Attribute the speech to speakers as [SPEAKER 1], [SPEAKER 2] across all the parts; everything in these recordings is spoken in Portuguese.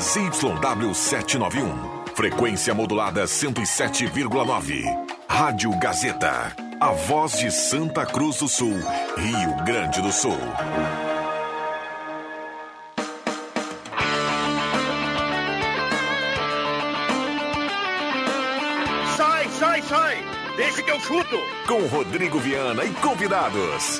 [SPEAKER 1] ZYW 791. Frequência modulada 107,9. Rádio Gazeta. A voz de Santa Cruz do Sul, Rio Grande do Sul.
[SPEAKER 2] Sai, sai, sai! Deixa que eu chuto!
[SPEAKER 1] Com Rodrigo Viana e convidados.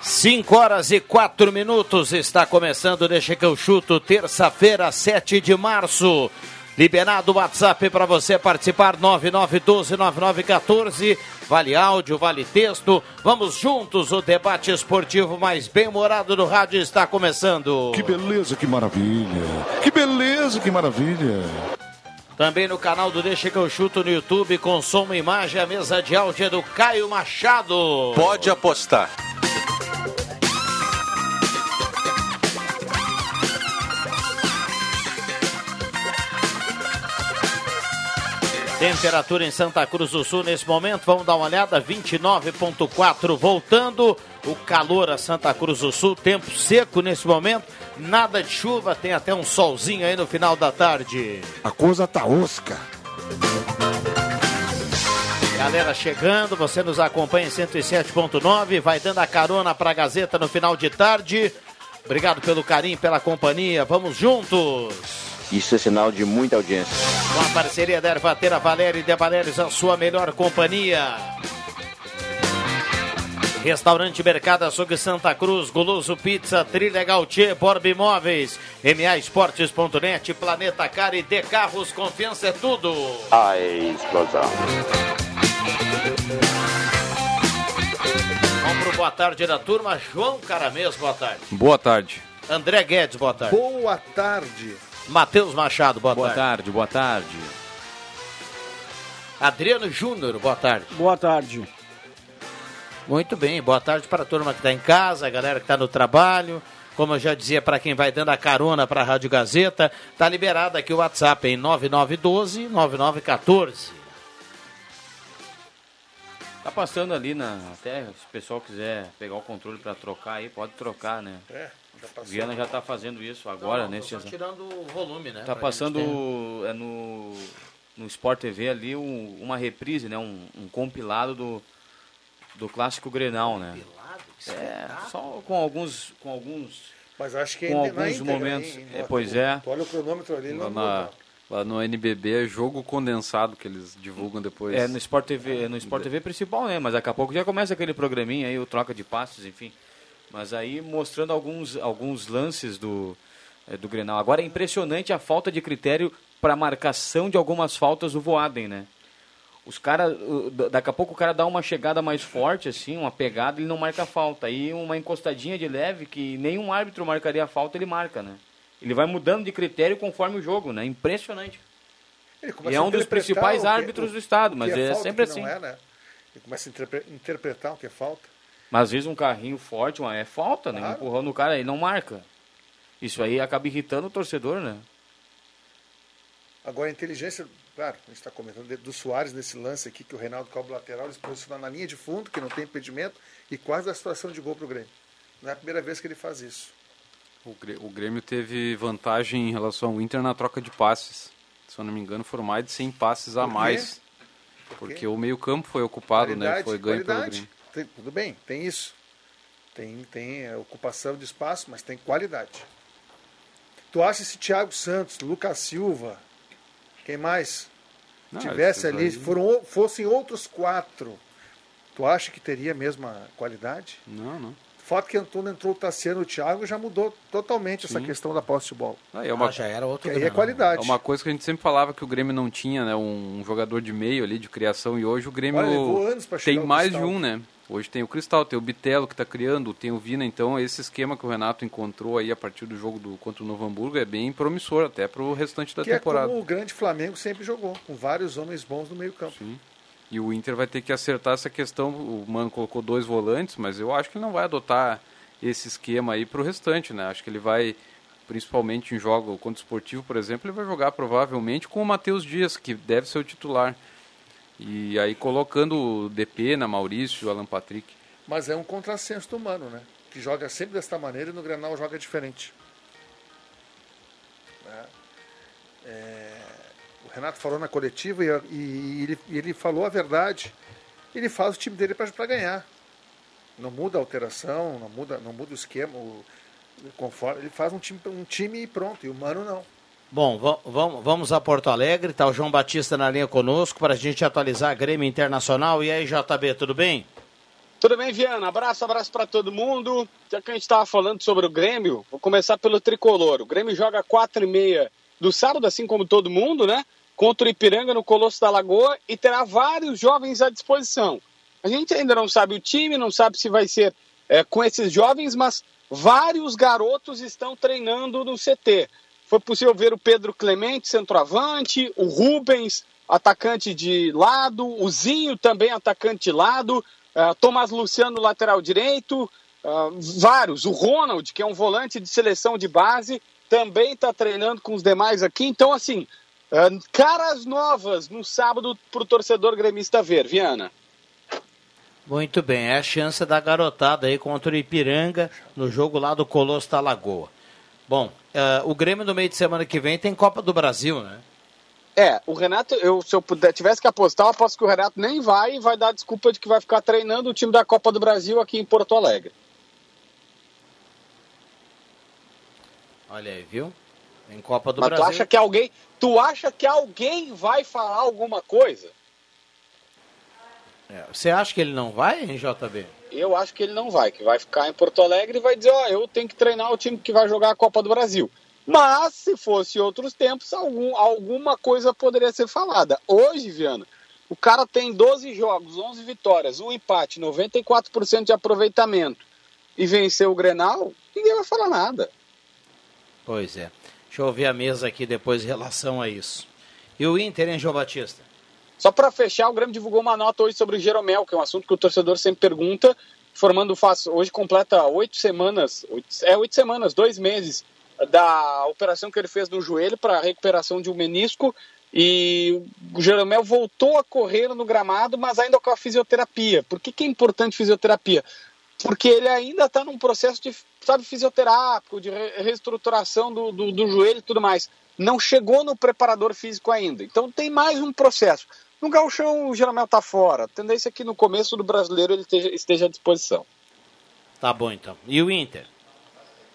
[SPEAKER 3] Cinco horas e quatro minutos, está começando, deixa que eu chuto, terça-feira, 7 de março. Liberado o WhatsApp para você participar, 99129914. Vale áudio, vale texto. Vamos juntos, o debate esportivo mais bem-humorado do rádio está começando.
[SPEAKER 4] Que beleza, que maravilha. Que beleza, que maravilha.
[SPEAKER 3] Também no canal do Deixa que eu chuto no YouTube, com som e imagem, a mesa de áudio é do Caio Machado.
[SPEAKER 5] Pode apostar.
[SPEAKER 3] Temperatura em Santa Cruz do Sul nesse momento, vamos dar uma olhada, 29.4 voltando, o calor a Santa Cruz do Sul, tempo seco nesse momento, nada de chuva, tem até um solzinho aí no final da tarde.
[SPEAKER 4] A coisa tá osca.
[SPEAKER 3] Galera chegando, você nos acompanha em 107.9, vai dando a carona pra Gazeta no final de tarde. Obrigado pelo carinho, pela companhia, vamos juntos!
[SPEAKER 6] Isso é sinal de muita audiência.
[SPEAKER 3] Com a parceria da Ervatera Valéria e de Valérios, a sua melhor companhia. Restaurante Mercado Açougue Santa Cruz, Goloso Pizza, Trilha Gautier, Borb Imóveis, MA Esportes.net, Planeta Car e De Carros, confiança é tudo.
[SPEAKER 6] Ai, explosão.
[SPEAKER 3] Vamos pro boa tarde da turma, João Caramês, boa tarde.
[SPEAKER 5] Boa tarde.
[SPEAKER 3] André Guedes, boa tarde.
[SPEAKER 7] Boa tarde.
[SPEAKER 3] Matheus Machado, boa,
[SPEAKER 5] Boa
[SPEAKER 3] tarde.
[SPEAKER 5] tarde, boa tarde.
[SPEAKER 3] Adriano Júnior, boa tarde.
[SPEAKER 7] Boa tarde.
[SPEAKER 3] Muito bem, boa tarde para a turma que está em casa, a galera que está no trabalho. Como eu já dizia, para quem vai dando a carona para a Rádio Gazeta, tá liberado aqui o WhatsApp em 9912-9914.
[SPEAKER 8] Tá passando ali na até se o pessoal quiser pegar o controle pra trocar aí, pode trocar, né?
[SPEAKER 7] É, já
[SPEAKER 8] O Viana já tá fazendo isso agora, nesse
[SPEAKER 3] Tá
[SPEAKER 8] exato.
[SPEAKER 3] tirando o volume, né?
[SPEAKER 8] Tá passando é no no Sport TV ali um- uma reprise, né, um, um compilado do do clássico Grenal, né? É, só com alguns com alguns
[SPEAKER 7] Mas acho que é
[SPEAKER 8] Com
[SPEAKER 7] ainda na
[SPEAKER 8] alguns
[SPEAKER 7] íntegra,
[SPEAKER 8] momentos.
[SPEAKER 7] hein,
[SPEAKER 8] É,
[SPEAKER 7] Otto?
[SPEAKER 8] pois é.
[SPEAKER 7] Tu olha o cronômetro ali, ele
[SPEAKER 5] Lá,
[SPEAKER 7] não
[SPEAKER 5] na-
[SPEAKER 7] muda.
[SPEAKER 5] lá no NBB é jogo condensado que eles divulgam depois.
[SPEAKER 8] é no Sport TV, é no Sport TV principal, né, mas daqui a pouco já começa aquele programinha aí, o troca de passes, enfim. Mas aí mostrando alguns alguns lances do eh, do Grenal. Agora é impressionante a falta de critério para marcação de algumas faltas do Voaden, né? Os caras, daqui a pouco o cara dá uma chegada mais forte, assim, uma pegada, ele não marca a falta. Aí uma encostadinha de leve, que nenhum árbitro marcaria a falta, ele marca, né? Ele vai mudando de critério conforme o jogo, né? Impressionante.
[SPEAKER 7] Ele começa
[SPEAKER 8] E é
[SPEAKER 7] a
[SPEAKER 8] um dos
[SPEAKER 7] interpretar
[SPEAKER 8] principais
[SPEAKER 7] o que-
[SPEAKER 8] árbitros
[SPEAKER 7] o
[SPEAKER 8] do estado,
[SPEAKER 7] que
[SPEAKER 8] mas é
[SPEAKER 7] falta,
[SPEAKER 8] sempre
[SPEAKER 7] o que não
[SPEAKER 8] assim.
[SPEAKER 7] é, né? Ele começa a interpre- interpretar o que é falta.
[SPEAKER 8] Mas às vezes um carrinho forte, uma é falta, né? Um
[SPEAKER 7] Claro.
[SPEAKER 8] empurrão no cara, ele não marca. Isso aí acaba irritando o torcedor, né?
[SPEAKER 7] Agora, a inteligência, claro, a gente está comentando de- do Soares nesse lance aqui, que o Reinaldo cobra o lateral, ele se posiciona na linha de fundo, que não tem impedimento, e quase dá situação de gol para o Grêmio. Não é a primeira vez que ele faz isso.
[SPEAKER 5] O Grê- O Grêmio teve vantagem em relação ao Inter na troca de passes. Se eu não me engano, foram mais de 100 passes a
[SPEAKER 7] quê?
[SPEAKER 5] mais. Porque o meio-campo foi ocupado, né? Foi ganho pelo Grêmio.
[SPEAKER 7] Tem- tudo bem, tem isso. Tem, tem é, ocupação de espaço, mas tem qualidade. Tu acha esse Thiago Santos, Lucas Silva, quem mais?
[SPEAKER 5] Não,
[SPEAKER 7] tivesse
[SPEAKER 5] esses
[SPEAKER 7] ali,
[SPEAKER 5] aí-
[SPEAKER 7] foram, o- fossem outros quatro, tu acha que teria a mesma qualidade?
[SPEAKER 5] Não, não.
[SPEAKER 7] O fato que Antônio entrou o Tassiano e o Thiago já mudou totalmente essa questão da posse de bola.
[SPEAKER 5] Ah, é
[SPEAKER 3] Uma...
[SPEAKER 5] uma,
[SPEAKER 3] já era outro né?
[SPEAKER 7] Que aí é
[SPEAKER 3] Grenal.
[SPEAKER 5] é
[SPEAKER 7] qualidade.
[SPEAKER 5] uma coisa que a gente sempre falava que o Grêmio não tinha, né? Um jogador de um meio ali, de criação. E hoje o Grêmio
[SPEAKER 7] Olha, levou anos pra chegar
[SPEAKER 5] tem
[SPEAKER 7] ao
[SPEAKER 5] mais de
[SPEAKER 7] cristal.
[SPEAKER 5] um, né? Hoje tem o Cristal, tem o Bitelo que está criando, tem o Vina. Então, esse esquema que o Renato encontrou aí a partir do jogo do, contra o Novo Hamburgo é bem promissor até para o restante da
[SPEAKER 7] Que é
[SPEAKER 5] temporada.
[SPEAKER 7] como o grande Flamengo sempre jogou, com vários homens bons no meio campo.
[SPEAKER 5] E o Inter vai ter que acertar essa questão. O Mano colocou dois volantes, mas eu acho que ele não vai adotar esse esquema aí para o restante, né? Acho que ele vai, principalmente em jogo contra o Esportivo, por exemplo, ele vai jogar provavelmente com o Matheus Dias, que deve ser o titular. E aí colocando o DP na Maurício, o Alan Patrick.
[SPEAKER 7] Mas é um contrassenso do Mano, né? Que joga sempre desta maneira e no Granal joga diferente. Né? É, O Renato falou na coletiva e, e ele, e ele falou a verdade. Ele faz o time dele para ganhar. Não muda a alteração, não muda, não muda o esquema. o- conforme, ele faz um time, um time e pronto. E o Mano não.
[SPEAKER 9] Bom, va- vam- vamos a Porto Alegre, tá o João Batista na linha conosco para a gente atualizar a Grêmio Internacional. E aí, JB, tudo bem?
[SPEAKER 10] Tudo bem, Viana? Abraço, abraço para todo mundo. Já que a gente estava falando sobre o Grêmio, vou começar pelo tricolor. O Grêmio joga 4 e meia do sábado, assim como todo mundo, né? Contra o Ipiranga no Colosso da Lagoa e terá vários jovens à disposição. A gente ainda não sabe o time, não sabe se vai ser eh, com esses jovens, mas vários garotos estão treinando no CT. Foi possível ver o Pedro Clemente, centroavante, o Rubens, atacante de lado, o Zinho também atacante de lado, ah, Tomás Luciano, lateral direito, ah, vários. O Ronald, que é um volante de seleção de base, também está treinando com os demais aqui. Então, assim, ah, caras novas no sábado para o torcedor gremista ver, Viana.
[SPEAKER 9] Muito bem, é a chance da garotada aí contra o Ipiranga no jogo lá do Colosso da Lagoa. Bom, eh, o Grêmio no meio de semana que vem tem Copa do Brasil, né?
[SPEAKER 10] É, o Renato, eu, se eu puder, tivesse que apostar, eu aposto que o Renato nem vai e vai dar desculpa de que vai ficar treinando o time da Copa do Brasil aqui em Porto Alegre.
[SPEAKER 9] Olha aí, viu? Tem Copa do
[SPEAKER 10] Mas
[SPEAKER 9] Brasil.
[SPEAKER 10] tu acha que alguém, tu acha que alguém vai falar alguma coisa?
[SPEAKER 9] É, Você acha que ele não vai, hein, JB?
[SPEAKER 10] Eu acho que ele não vai, que vai ficar em Porto Alegre e vai dizer, ó, eu tenho que treinar o time que vai jogar a Copa do Brasil. Mas se fosse outros tempos, algum, alguma coisa poderia ser falada. Hoje, Viana, o cara tem 12 jogos, 11 vitórias, um empate, 94% de aproveitamento e venceu o Grenal, ninguém vai falar nada.
[SPEAKER 9] Pois é. Deixa eu ver a mesa aqui depois em relação a isso. E o Inter, hein, João Batista?
[SPEAKER 10] Só para fechar, o Grêmio divulgou uma nota hoje sobre o Jeromel, que é um assunto que o torcedor sempre pergunta. Formando faz, hoje completa oito semanas, oito- é oito semanas, dois meses da operação que ele fez no joelho para a recuperação de um menisco. E o Jeromel voltou a correr no gramado, mas ainda com a fisioterapia. Por que, que é importante fisioterapia? porque ele ainda está num processo de sabe, fisioterápico, de re- reestruturação do, do, do joelho e tudo mais. Não chegou no preparador físico ainda. Então tem mais um processo. No Galchão, o Jeromel está fora. A tendência é que no começo do brasileiro ele esteja, esteja à disposição.
[SPEAKER 9] Tá bom então. E o Inter?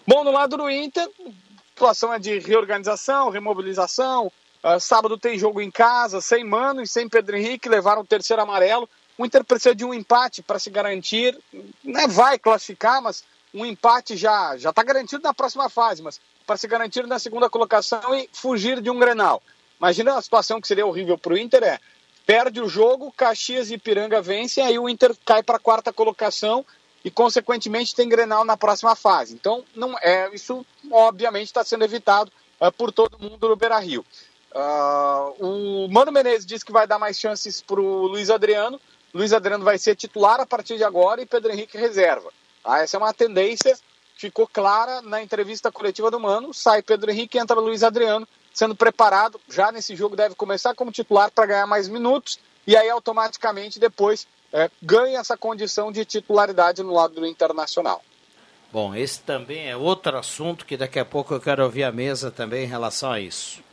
[SPEAKER 10] Bom, no lado do Inter, a situação é de reorganização, remobilização. Ah, sábado tem jogo em casa, sem Mano e sem Pedro Henrique, levaram o terceiro amarelo. O Inter precisa de um empate para se garantir. Né, vai classificar, mas um empate já já está garantido na próxima fase, mas para se garantir na segunda colocação e fugir de um Grenal. Imagina a situação que seria horrível para o Inter é perde o jogo, Caxias e Ipiranga vencem, aí o Inter cai para a quarta colocação e, consequentemente, tem Grenal na próxima fase. Então, não é isso obviamente está sendo evitado é, por todo mundo no Beira Rio. Ah, o Mano Menezes disse que vai dar mais chances para o Luiz Adriano. Luiz Adriano vai ser titular a partir de agora e Pedro Henrique reserva. Ah, essa é uma tendência, ficou clara na entrevista coletiva do Mano. Sai Pedro Henrique, entra Luiz Adriano, sendo preparado. Já nesse jogo deve começar como titular para ganhar mais minutos e aí automaticamente depois é, ganha essa condição de titularidade no lado do Internacional.
[SPEAKER 9] Bom, esse também é outro assunto que daqui a pouco eu quero ouvir a mesa também em relação a isso.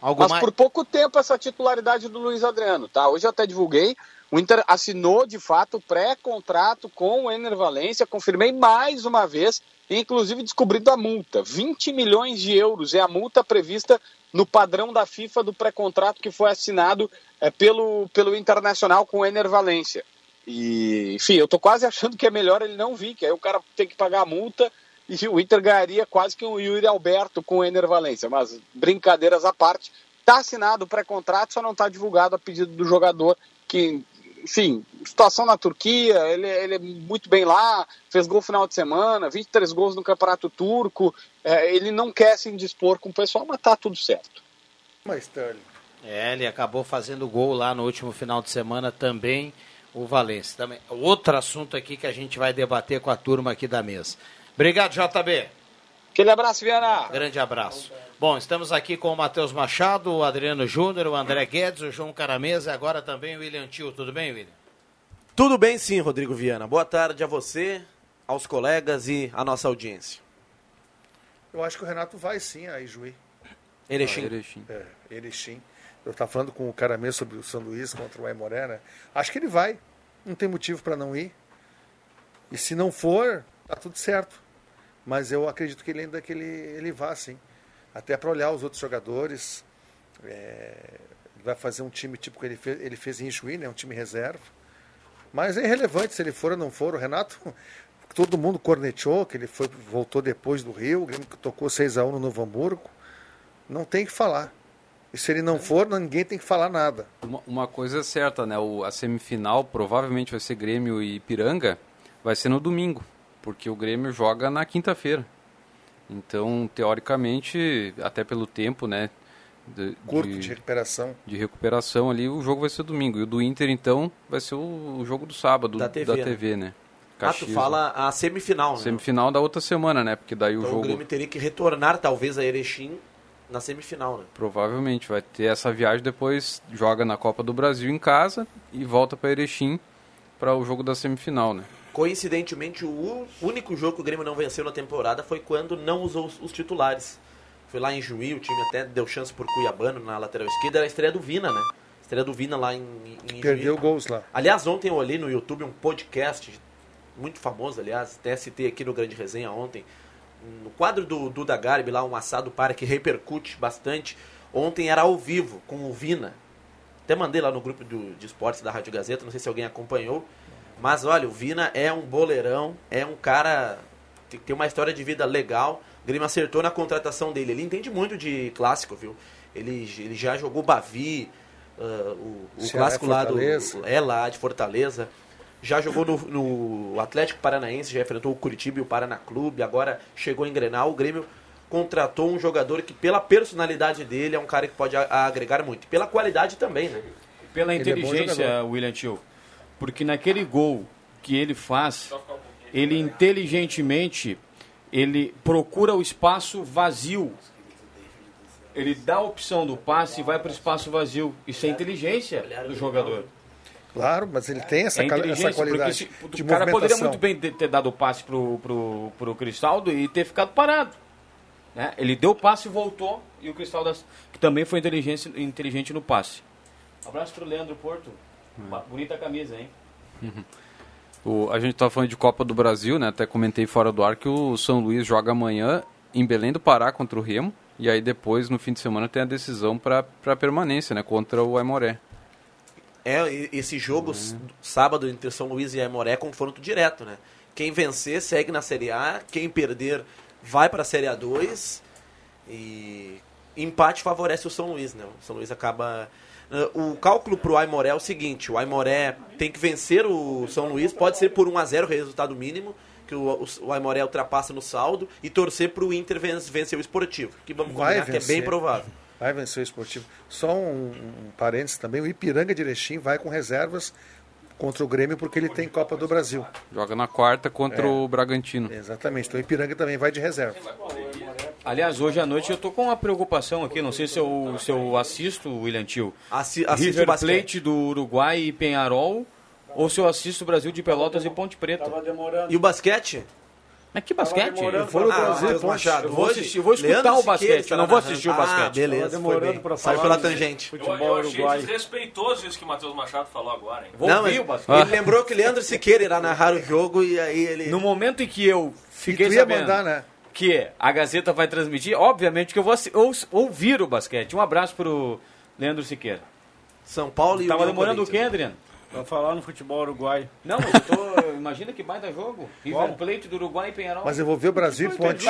[SPEAKER 9] Algo
[SPEAKER 10] Mas
[SPEAKER 9] mais?
[SPEAKER 10] por pouco tempo essa titularidade do Luiz Adriano, tá? Hoje eu até divulguei, o Inter assinou de fato pré-contrato com o Ener Valência, confirmei mais uma vez, inclusive descobrindo a multa. 20 milhões de euros é a multa prevista no padrão da FIFA do pré-contrato que foi assinado eh, pelo, pelo Internacional com o Ener Valência. E, enfim, eu tô quase achando que é melhor ele não vir, que aí o cara tem que pagar a multa e o Inter ganharia quase que um Yuri Alberto com o Ener Valência. Mas, brincadeiras à parte, tá assinado o pré-contrato, só não tá divulgado a pedido do jogador, que, enfim, situação na Turquia, ele, ele é muito bem lá, fez gol final de semana, 23 gols no Campeonato Turco, é, ele não quer se indispor com o pessoal, mas tá tudo certo.
[SPEAKER 7] Mas Sterling.
[SPEAKER 9] É, ele acabou fazendo gol lá no último final de semana também, o Valência. Também. Outro assunto aqui que a gente vai debater com a turma aqui da mesa. Obrigado, JB.
[SPEAKER 10] Aquele abraço, Viana.
[SPEAKER 9] Grande abraço. Bom, estamos aqui com o Matheus Machado, o Adriano Júnior, o André Guedes, o João Caramesa e agora também o William Tio. Tudo bem, William?
[SPEAKER 11] Tudo bem sim, Rodrigo Viana. Boa tarde a você, aos colegas e à nossa audiência.
[SPEAKER 7] Eu acho que o Renato vai sim a Ijuí.
[SPEAKER 11] Erechim.
[SPEAKER 7] É, Erechim. Eu estava falando com o cara mesmo sobre o São Luís contra o Aimoré, né? Acho que ele vai. Não tem motivo para não ir. E se não for, tá tudo certo. Mas eu acredito que ele ainda que ele, ele vá, sim. Até para olhar os outros jogadores. É, ele vai fazer um time tipo que ele fez, ele fez em Juí, né? Um time reserva. Mas é irrelevante se ele for ou não for. O Renato, todo mundo corneteou, que ele foi, voltou depois do Rio, o Grêmio que tocou 6x1 no Novo Hamburgo. Não tem o que falar. E se ele não for, ninguém tem que falar nada.
[SPEAKER 5] Uma, uma coisa é certa, né? O, a semifinal provavelmente vai ser Grêmio e Piranga, vai ser no domingo, porque o Grêmio joga na quinta-feira. Então, teoricamente, até pelo tempo, né? de-
[SPEAKER 7] Curto
[SPEAKER 5] de-
[SPEAKER 7] de recuperação.
[SPEAKER 5] de recuperação ali, o jogo vai ser domingo. E o do Inter, então, vai ser o, o jogo do sábado,
[SPEAKER 11] Da
[SPEAKER 5] da
[SPEAKER 11] TV,
[SPEAKER 5] TV,
[SPEAKER 11] né?
[SPEAKER 5] né?
[SPEAKER 11] Ah, tu
[SPEAKER 5] Caxias, né?
[SPEAKER 11] fala a semifinal, né?
[SPEAKER 5] Semifinal da outra semana, né? Porque daí o
[SPEAKER 11] Então o
[SPEAKER 5] jogo
[SPEAKER 11] Grêmio teria que retornar, talvez, a Erechim na semifinal, né?
[SPEAKER 5] provavelmente vai ter essa viagem, depois joga na Copa do Brasil em casa e volta para Erechim para o jogo da semifinal, né?
[SPEAKER 11] Coincidentemente, o u- único jogo que o Grêmio não venceu na temporada foi quando não usou os, os titulares. Foi lá em Juí, o time até deu chance por Cuiabano na lateral esquerda, era a estreia do Vina, né? Estreia do Vina lá em, em Juí.
[SPEAKER 7] Perdeu gols lá.
[SPEAKER 11] Aliás, ontem eu olhei no YouTube um podcast muito famoso, aliás, até citei aqui no Grande Resenha ontem, no quadro do Duda Garbi, lá um assado para que repercute bastante. Ontem era ao vivo com o Vina. Até mandei lá no grupo do- de esportes da Rádio Gazeta, não sei se alguém acompanhou. Mas olha, o Vina é um boleirão, é um cara que tem uma história de vida legal. O Grêmio acertou na contratação dele. Ele entende muito de clássico, viu? Ele, ele já jogou Bavi, ah, o, o
[SPEAKER 7] Ceará,
[SPEAKER 11] clássico lá do,
[SPEAKER 7] Fortaleza.
[SPEAKER 11] é lá de Fortaleza. Já jogou no, no Atlético Paranaense, já enfrentou o Curitiba e o Paraná Clube, agora chegou em Grenal. O Grêmio contratou um jogador que, pela personalidade dele, é um cara que pode a- agregar muito. E Pela qualidade também, né?
[SPEAKER 8] Pela
[SPEAKER 7] Ele é bom
[SPEAKER 8] inteligência, William Tio. Porque naquele gol que ele faz, ele inteligentemente ele procura o espaço vazio. Ele dá a opção do passe e vai para o espaço vazio. Isso é inteligência do jogador.
[SPEAKER 7] Claro, mas ele tem essa,
[SPEAKER 8] é
[SPEAKER 7] cali- essa
[SPEAKER 8] inteligência, porque
[SPEAKER 7] qualidade
[SPEAKER 8] se,
[SPEAKER 7] de
[SPEAKER 8] o cara poderia
[SPEAKER 7] movimentação.
[SPEAKER 8] muito bem ter ter dado o passe pro, pro, pro Cristaldo e ter ficado parado. Né? Ele deu o passe e voltou, e o Cristaldo, ass- que também foi inteligente, inteligente no passe. Abraço pro Leandro Porto. Ba- Bonita camisa, hein?
[SPEAKER 5] O- a gente tá falando de Copa do Brasil, né? Até comentei fora do ar que o São Luís joga amanhã em Belém do Pará contra o Remo. E aí depois, no fim de semana, tem a decisão para permanência, né? Contra o Aimoré.
[SPEAKER 11] É, e- esse jogo, s- sábado, entre São Luís e Aimoré, é confronto direto, né? Quem vencer segue na Série A, quem perder vai para a Série A2 e empate favorece o São Luís, né? O São Luís acaba... Ah, O cálculo para o Aimoré é o seguinte, o Aimoré tem que vencer o São Luís, pode ser por 1 a 0 o resultado mínimo, que o, o, o Aimoré ultrapassa no saldo, e torcer para o Inter ven- vencer o Esportivo, que vamos
[SPEAKER 7] Vai
[SPEAKER 11] combinar que é bem
[SPEAKER 7] vencer.
[SPEAKER 11] provável.
[SPEAKER 7] Vai vencer o esportivo. Só um, um parênteses também, o Ipiranga de Erechim vai com reservas contra o Grêmio porque ele tem Copa do Brasil.
[SPEAKER 5] Joga na quarta contra o Bragantino.
[SPEAKER 7] Exatamente. Então o Ipiranga também vai de reserva.
[SPEAKER 8] Aliás, hoje à noite eu tô com uma preocupação aqui, não sei se eu, se eu assisto o William Tio.
[SPEAKER 11] Assi- assiste o
[SPEAKER 8] River
[SPEAKER 11] basquete.
[SPEAKER 8] Plate do Uruguai e Penharol, ou se eu assisto o Brasil de Pelotas e Ponte Preta.
[SPEAKER 11] E o basquete?
[SPEAKER 8] Mas que basquete? Eu vou-
[SPEAKER 11] Ah, Matheus Machado.
[SPEAKER 8] Eu vou
[SPEAKER 11] Hoje,
[SPEAKER 8] assistir- eu vou escutar
[SPEAKER 11] Leandro
[SPEAKER 8] o basquete,
[SPEAKER 11] Siqueira está
[SPEAKER 8] não vou
[SPEAKER 11] narrando.
[SPEAKER 8] assistir o
[SPEAKER 11] Ah,
[SPEAKER 8] basquete.
[SPEAKER 11] beleza, foi bem. Saiu pela tangente.
[SPEAKER 12] Eu achei desrespeitoso isso que o Matheus Machado falou agora, hein?
[SPEAKER 8] vou
[SPEAKER 11] Não,
[SPEAKER 8] ouvir
[SPEAKER 11] mas
[SPEAKER 8] o basquete.
[SPEAKER 11] Ele lembrou que Leandro Siqueira irá narrar o jogo e aí ele...
[SPEAKER 8] ah. No momento em que eu fiquei
[SPEAKER 7] e tu ia
[SPEAKER 8] sabendo
[SPEAKER 7] mandar, né?
[SPEAKER 8] que a Gazeta vai transmitir, obviamente que eu vou assi- ou- ouvir o basquete. Um abraço pro Leandro Siqueira.
[SPEAKER 11] São Paulo e
[SPEAKER 8] Tava
[SPEAKER 11] União
[SPEAKER 8] demorando o quê,
[SPEAKER 11] Corinthians.
[SPEAKER 8] Adriano?
[SPEAKER 12] Pra falar no futebol uruguaio.
[SPEAKER 8] Não, mas eu tô, imagina que baita jogo. River Plate do Uruguai e Penharol. Tá,
[SPEAKER 7] Mas eu vou ver o Brasil e Ponte.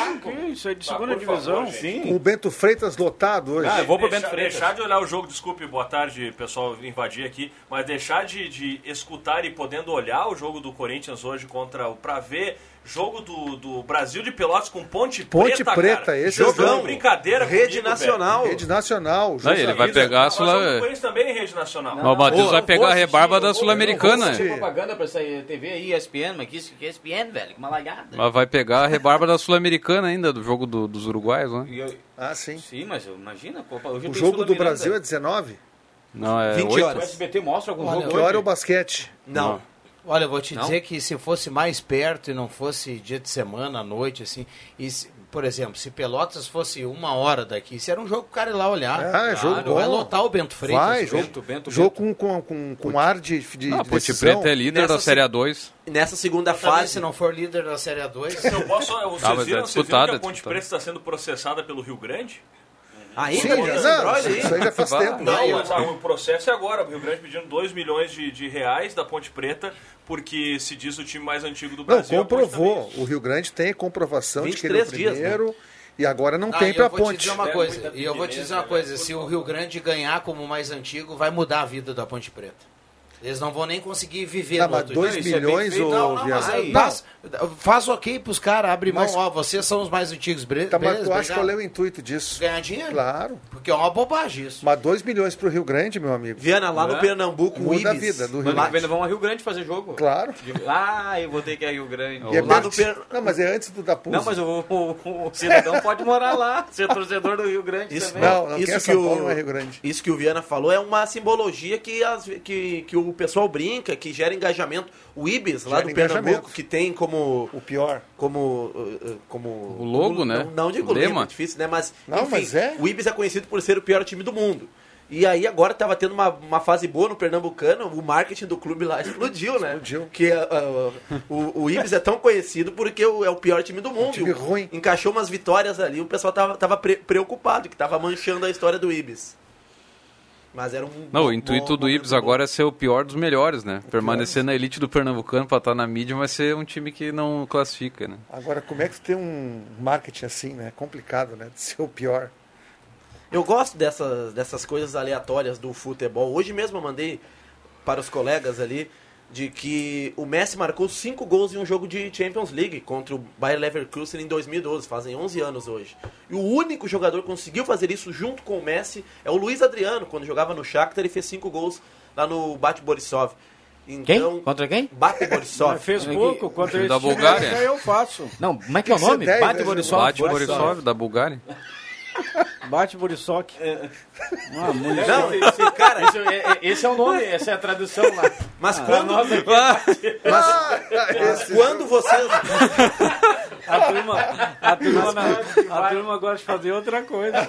[SPEAKER 8] Isso aí de
[SPEAKER 12] segunda divisão,
[SPEAKER 8] sim.
[SPEAKER 7] Com o Bento Freitas lotado hoje.
[SPEAKER 8] Ah, é
[SPEAKER 12] deixar, Deixar de olhar o jogo, desculpe, boa tarde, pessoal, invadir aqui, mas deixar de, de escutar e podendo olhar o jogo do Corinthians hoje contra o pra ver jogo do, do Brasil de Pelotas com Ponte,
[SPEAKER 7] Ponte
[SPEAKER 12] Preta,
[SPEAKER 7] Preta,
[SPEAKER 12] cara.
[SPEAKER 7] esse
[SPEAKER 12] Jogão,
[SPEAKER 7] jogão.
[SPEAKER 12] brincadeira
[SPEAKER 11] Rede
[SPEAKER 12] comigo,
[SPEAKER 11] Nacional.
[SPEAKER 12] velho.
[SPEAKER 7] Rede Nacional.
[SPEAKER 5] Não, ele vai pegar a
[SPEAKER 12] Mas jogo do
[SPEAKER 5] Sul...
[SPEAKER 12] Corinthians também é rede nacional.
[SPEAKER 5] Não, o Matheus vai pegar a rebarba da Sul-Americana. né?
[SPEAKER 8] propaganda pra sair TV aí, ESPN, mas que, é isso- que ESPN, velho, que uma lagada.
[SPEAKER 5] Mas vai pegar a rebarba da Sul-Americana ainda, do jogo do- dos uruguaios, né?
[SPEAKER 7] Ah, sim.
[SPEAKER 8] Sim, mas eu- imagina, Copa. Hoje
[SPEAKER 7] O
[SPEAKER 8] tem
[SPEAKER 7] jogo do
[SPEAKER 8] Sul-Americana.
[SPEAKER 7] Brasil é 19?
[SPEAKER 5] Não, é
[SPEAKER 11] 20
[SPEAKER 5] oito?
[SPEAKER 8] O
[SPEAKER 11] horas.
[SPEAKER 8] SBT mostra algum
[SPEAKER 3] Olha,
[SPEAKER 8] jogo
[SPEAKER 7] Que
[SPEAKER 8] hoje?
[SPEAKER 7] hora é o basquete?
[SPEAKER 11] Não.
[SPEAKER 3] Olha, eu vou te
[SPEAKER 8] Não?
[SPEAKER 3] dizer que se fosse mais perto e não fosse dia de semana, à noite, assim, e se- por exemplo, se Pelotas fosse uma hora daqui, isso era um jogo que o cara ir lá olhar.
[SPEAKER 7] Ah, é jogo
[SPEAKER 3] Vai
[SPEAKER 7] bom.
[SPEAKER 3] lotar o Bento Freitas. né?
[SPEAKER 7] Vai,
[SPEAKER 3] Bento,
[SPEAKER 7] jogo,
[SPEAKER 8] Bento,
[SPEAKER 7] jogo com, com, com, com ar de, de
[SPEAKER 5] Ah, Ponte
[SPEAKER 7] decisão.
[SPEAKER 5] Preta é líder
[SPEAKER 11] Nessa
[SPEAKER 5] da Série A2.
[SPEAKER 11] Nessa segunda
[SPEAKER 3] Pra mim,
[SPEAKER 11] fase,
[SPEAKER 3] se não for líder da Série A2,
[SPEAKER 12] Eu posso, vocês
[SPEAKER 5] Tá, mas
[SPEAKER 12] viram,
[SPEAKER 5] é
[SPEAKER 12] vocês viram
[SPEAKER 5] disputado,
[SPEAKER 12] que
[SPEAKER 5] é
[SPEAKER 12] a Ponte
[SPEAKER 5] disputado.
[SPEAKER 12] Preta está sendo processada pelo Rio Grande?
[SPEAKER 11] ainda
[SPEAKER 7] Sim, já,
[SPEAKER 11] tem
[SPEAKER 3] é.
[SPEAKER 11] esse
[SPEAKER 7] não,
[SPEAKER 11] brother aí?
[SPEAKER 7] isso aí já faz
[SPEAKER 5] Bah.
[SPEAKER 7] tempo.
[SPEAKER 12] Não, mas ah, o processo é agora. O Rio Grande pedindo 2 milhões de, de reais da Ponte Preta, porque se diz o time mais antigo do
[SPEAKER 7] Não,
[SPEAKER 12] Brasil. a Ponte
[SPEAKER 7] comprovou.
[SPEAKER 12] também.
[SPEAKER 7] O Rio Grande tem comprovação de que ele é o
[SPEAKER 11] 23 dias, né?
[SPEAKER 7] primeiro e agora não
[SPEAKER 3] Ah,
[SPEAKER 7] tem
[SPEAKER 3] e
[SPEAKER 7] pra
[SPEAKER 3] eu vou te
[SPEAKER 7] ponte.
[SPEAKER 3] dizer uma
[SPEAKER 12] É
[SPEAKER 3] coisa,
[SPEAKER 12] muita
[SPEAKER 3] e eu vou te dizer uma
[SPEAKER 12] primeira,
[SPEAKER 3] coisa,
[SPEAKER 12] né?
[SPEAKER 3] se o Rio Grande ganhar como mais antigo, vai mudar a vida da Ponte Preta. Eles não vão nem conseguir viver
[SPEAKER 7] Não,
[SPEAKER 3] no
[SPEAKER 7] Tá, mas
[SPEAKER 3] outro
[SPEAKER 7] 2
[SPEAKER 3] dia.
[SPEAKER 8] isso é bem
[SPEAKER 7] milhões,
[SPEAKER 8] feito.
[SPEAKER 7] ô
[SPEAKER 8] Não, não, mas
[SPEAKER 7] viado.
[SPEAKER 8] aí-
[SPEAKER 7] Não,
[SPEAKER 3] Faz, faz ok pros caras, abre mão,
[SPEAKER 7] Mas-
[SPEAKER 3] ó, vocês são os mais antigos, bre-
[SPEAKER 7] tá, mas
[SPEAKER 3] beleza,
[SPEAKER 7] tu acha
[SPEAKER 3] obrigado.
[SPEAKER 7] qual é o intuito disso?
[SPEAKER 3] Ganhar dinheiro?
[SPEAKER 7] Claro.
[SPEAKER 3] Porque é uma bobagem isso.
[SPEAKER 7] Mas 2 milhões pro Rio Grande, meu amigo.
[SPEAKER 11] Viana, lá no Pernambuco, o
[SPEAKER 7] É. Muda a
[SPEAKER 11] Ibis.
[SPEAKER 7] vida do Rio
[SPEAKER 8] Mano, que vem
[SPEAKER 7] Grande.
[SPEAKER 8] nós vamos a Rio Grande fazer jogo.
[SPEAKER 7] Claro.
[SPEAKER 8] Ah, eu vou ter que ir a Rio Grande.
[SPEAKER 7] E é
[SPEAKER 11] Lá do
[SPEAKER 7] perto-
[SPEAKER 11] Per-
[SPEAKER 7] Não, mas é antes do da Pulsa.
[SPEAKER 8] Não, mas o, o- o cidadão pode morar lá, ser torcedor do Rio Grande
[SPEAKER 11] Isso,
[SPEAKER 8] também.
[SPEAKER 7] Não, não
[SPEAKER 11] isso
[SPEAKER 7] quer
[SPEAKER 11] que
[SPEAKER 7] São
[SPEAKER 11] o-
[SPEAKER 7] Paulo, não é Rio Grande.
[SPEAKER 11] Isso que o Viana falou é uma simbologia que, as, que, que o pessoal brinca, que gera engajamento. O Ibis, lá
[SPEAKER 7] Gera
[SPEAKER 11] do Pernambuco,
[SPEAKER 7] engajamento.
[SPEAKER 11] que tem como.
[SPEAKER 7] O pior.
[SPEAKER 11] Como, uh, uh, como. O
[SPEAKER 5] logo, né?
[SPEAKER 11] Não, não digo
[SPEAKER 5] O lema.
[SPEAKER 11] lema. difícil, né? Mas,
[SPEAKER 7] Não,
[SPEAKER 11] enfim,
[SPEAKER 7] mas é.
[SPEAKER 11] o Ibis é conhecido por ser o pior time do mundo. E aí agora tava tendo uma, uma fase boa no Pernambucano, o marketing do clube lá explodiu, né?
[SPEAKER 7] Explodiu.
[SPEAKER 11] Que uh, uh, o, o Ibis é tão conhecido porque o- é o pior time do mundo.
[SPEAKER 7] um time
[SPEAKER 11] E o-
[SPEAKER 7] ruim.
[SPEAKER 11] Encaixou umas vitórias ali, o pessoal tava, tava pre- preocupado, que tava manchando a história do Ibis. Mas era um.
[SPEAKER 5] Não,
[SPEAKER 11] bom-
[SPEAKER 5] o
[SPEAKER 11] bom
[SPEAKER 5] intuito do Ibis
[SPEAKER 11] momento.
[SPEAKER 5] agora é ser o pior dos melhores, né? Permanecer na elite do Pernambucano pra estar na mídia, mas ser um time que não classifica, né?
[SPEAKER 7] Agora, como é que tu tem um marketing assim, né? Complicado, né? De ser o pior.
[SPEAKER 11] Eu gosto dessas, dessas coisas aleatórias do futebol. Hoje mesmo eu mandei para os colegas ali de que o Messi marcou cinco gols em um jogo de Champions League contra o Bayer Leverkusen em 2012, fazem 11 anos hoje. E o único jogador que conseguiu fazer isso junto com o Messi é o Luiz Adriano, quando jogava no Shakhtar, ele fez cinco gols lá no Bate Borisov.
[SPEAKER 8] Quem?
[SPEAKER 11] Então,
[SPEAKER 8] Contra quem?
[SPEAKER 11] Bate Borisov.
[SPEAKER 13] Fez pouco, quanto
[SPEAKER 5] Time
[SPEAKER 13] esse
[SPEAKER 5] da
[SPEAKER 13] time
[SPEAKER 5] Bulgária.
[SPEAKER 13] ganhar, eu faço.
[SPEAKER 8] Não, como é que é o
[SPEAKER 7] Tem que
[SPEAKER 8] nome?
[SPEAKER 7] ser dez,
[SPEAKER 8] Bate
[SPEAKER 7] né,
[SPEAKER 8] Borisov.
[SPEAKER 5] Bate Borisov, da Bulgária.
[SPEAKER 13] Bate é Borisok. Uma mulher.
[SPEAKER 11] É. Não, esse cara,
[SPEAKER 8] Esse é, é- esse é o nome, essa é a tradução lá.
[SPEAKER 11] mas
[SPEAKER 13] Ah,
[SPEAKER 8] Ah.
[SPEAKER 11] quando,
[SPEAKER 7] Esse-
[SPEAKER 11] quando vocês
[SPEAKER 13] A turma, a, turma na- a turma gosta de fazer outra coisa.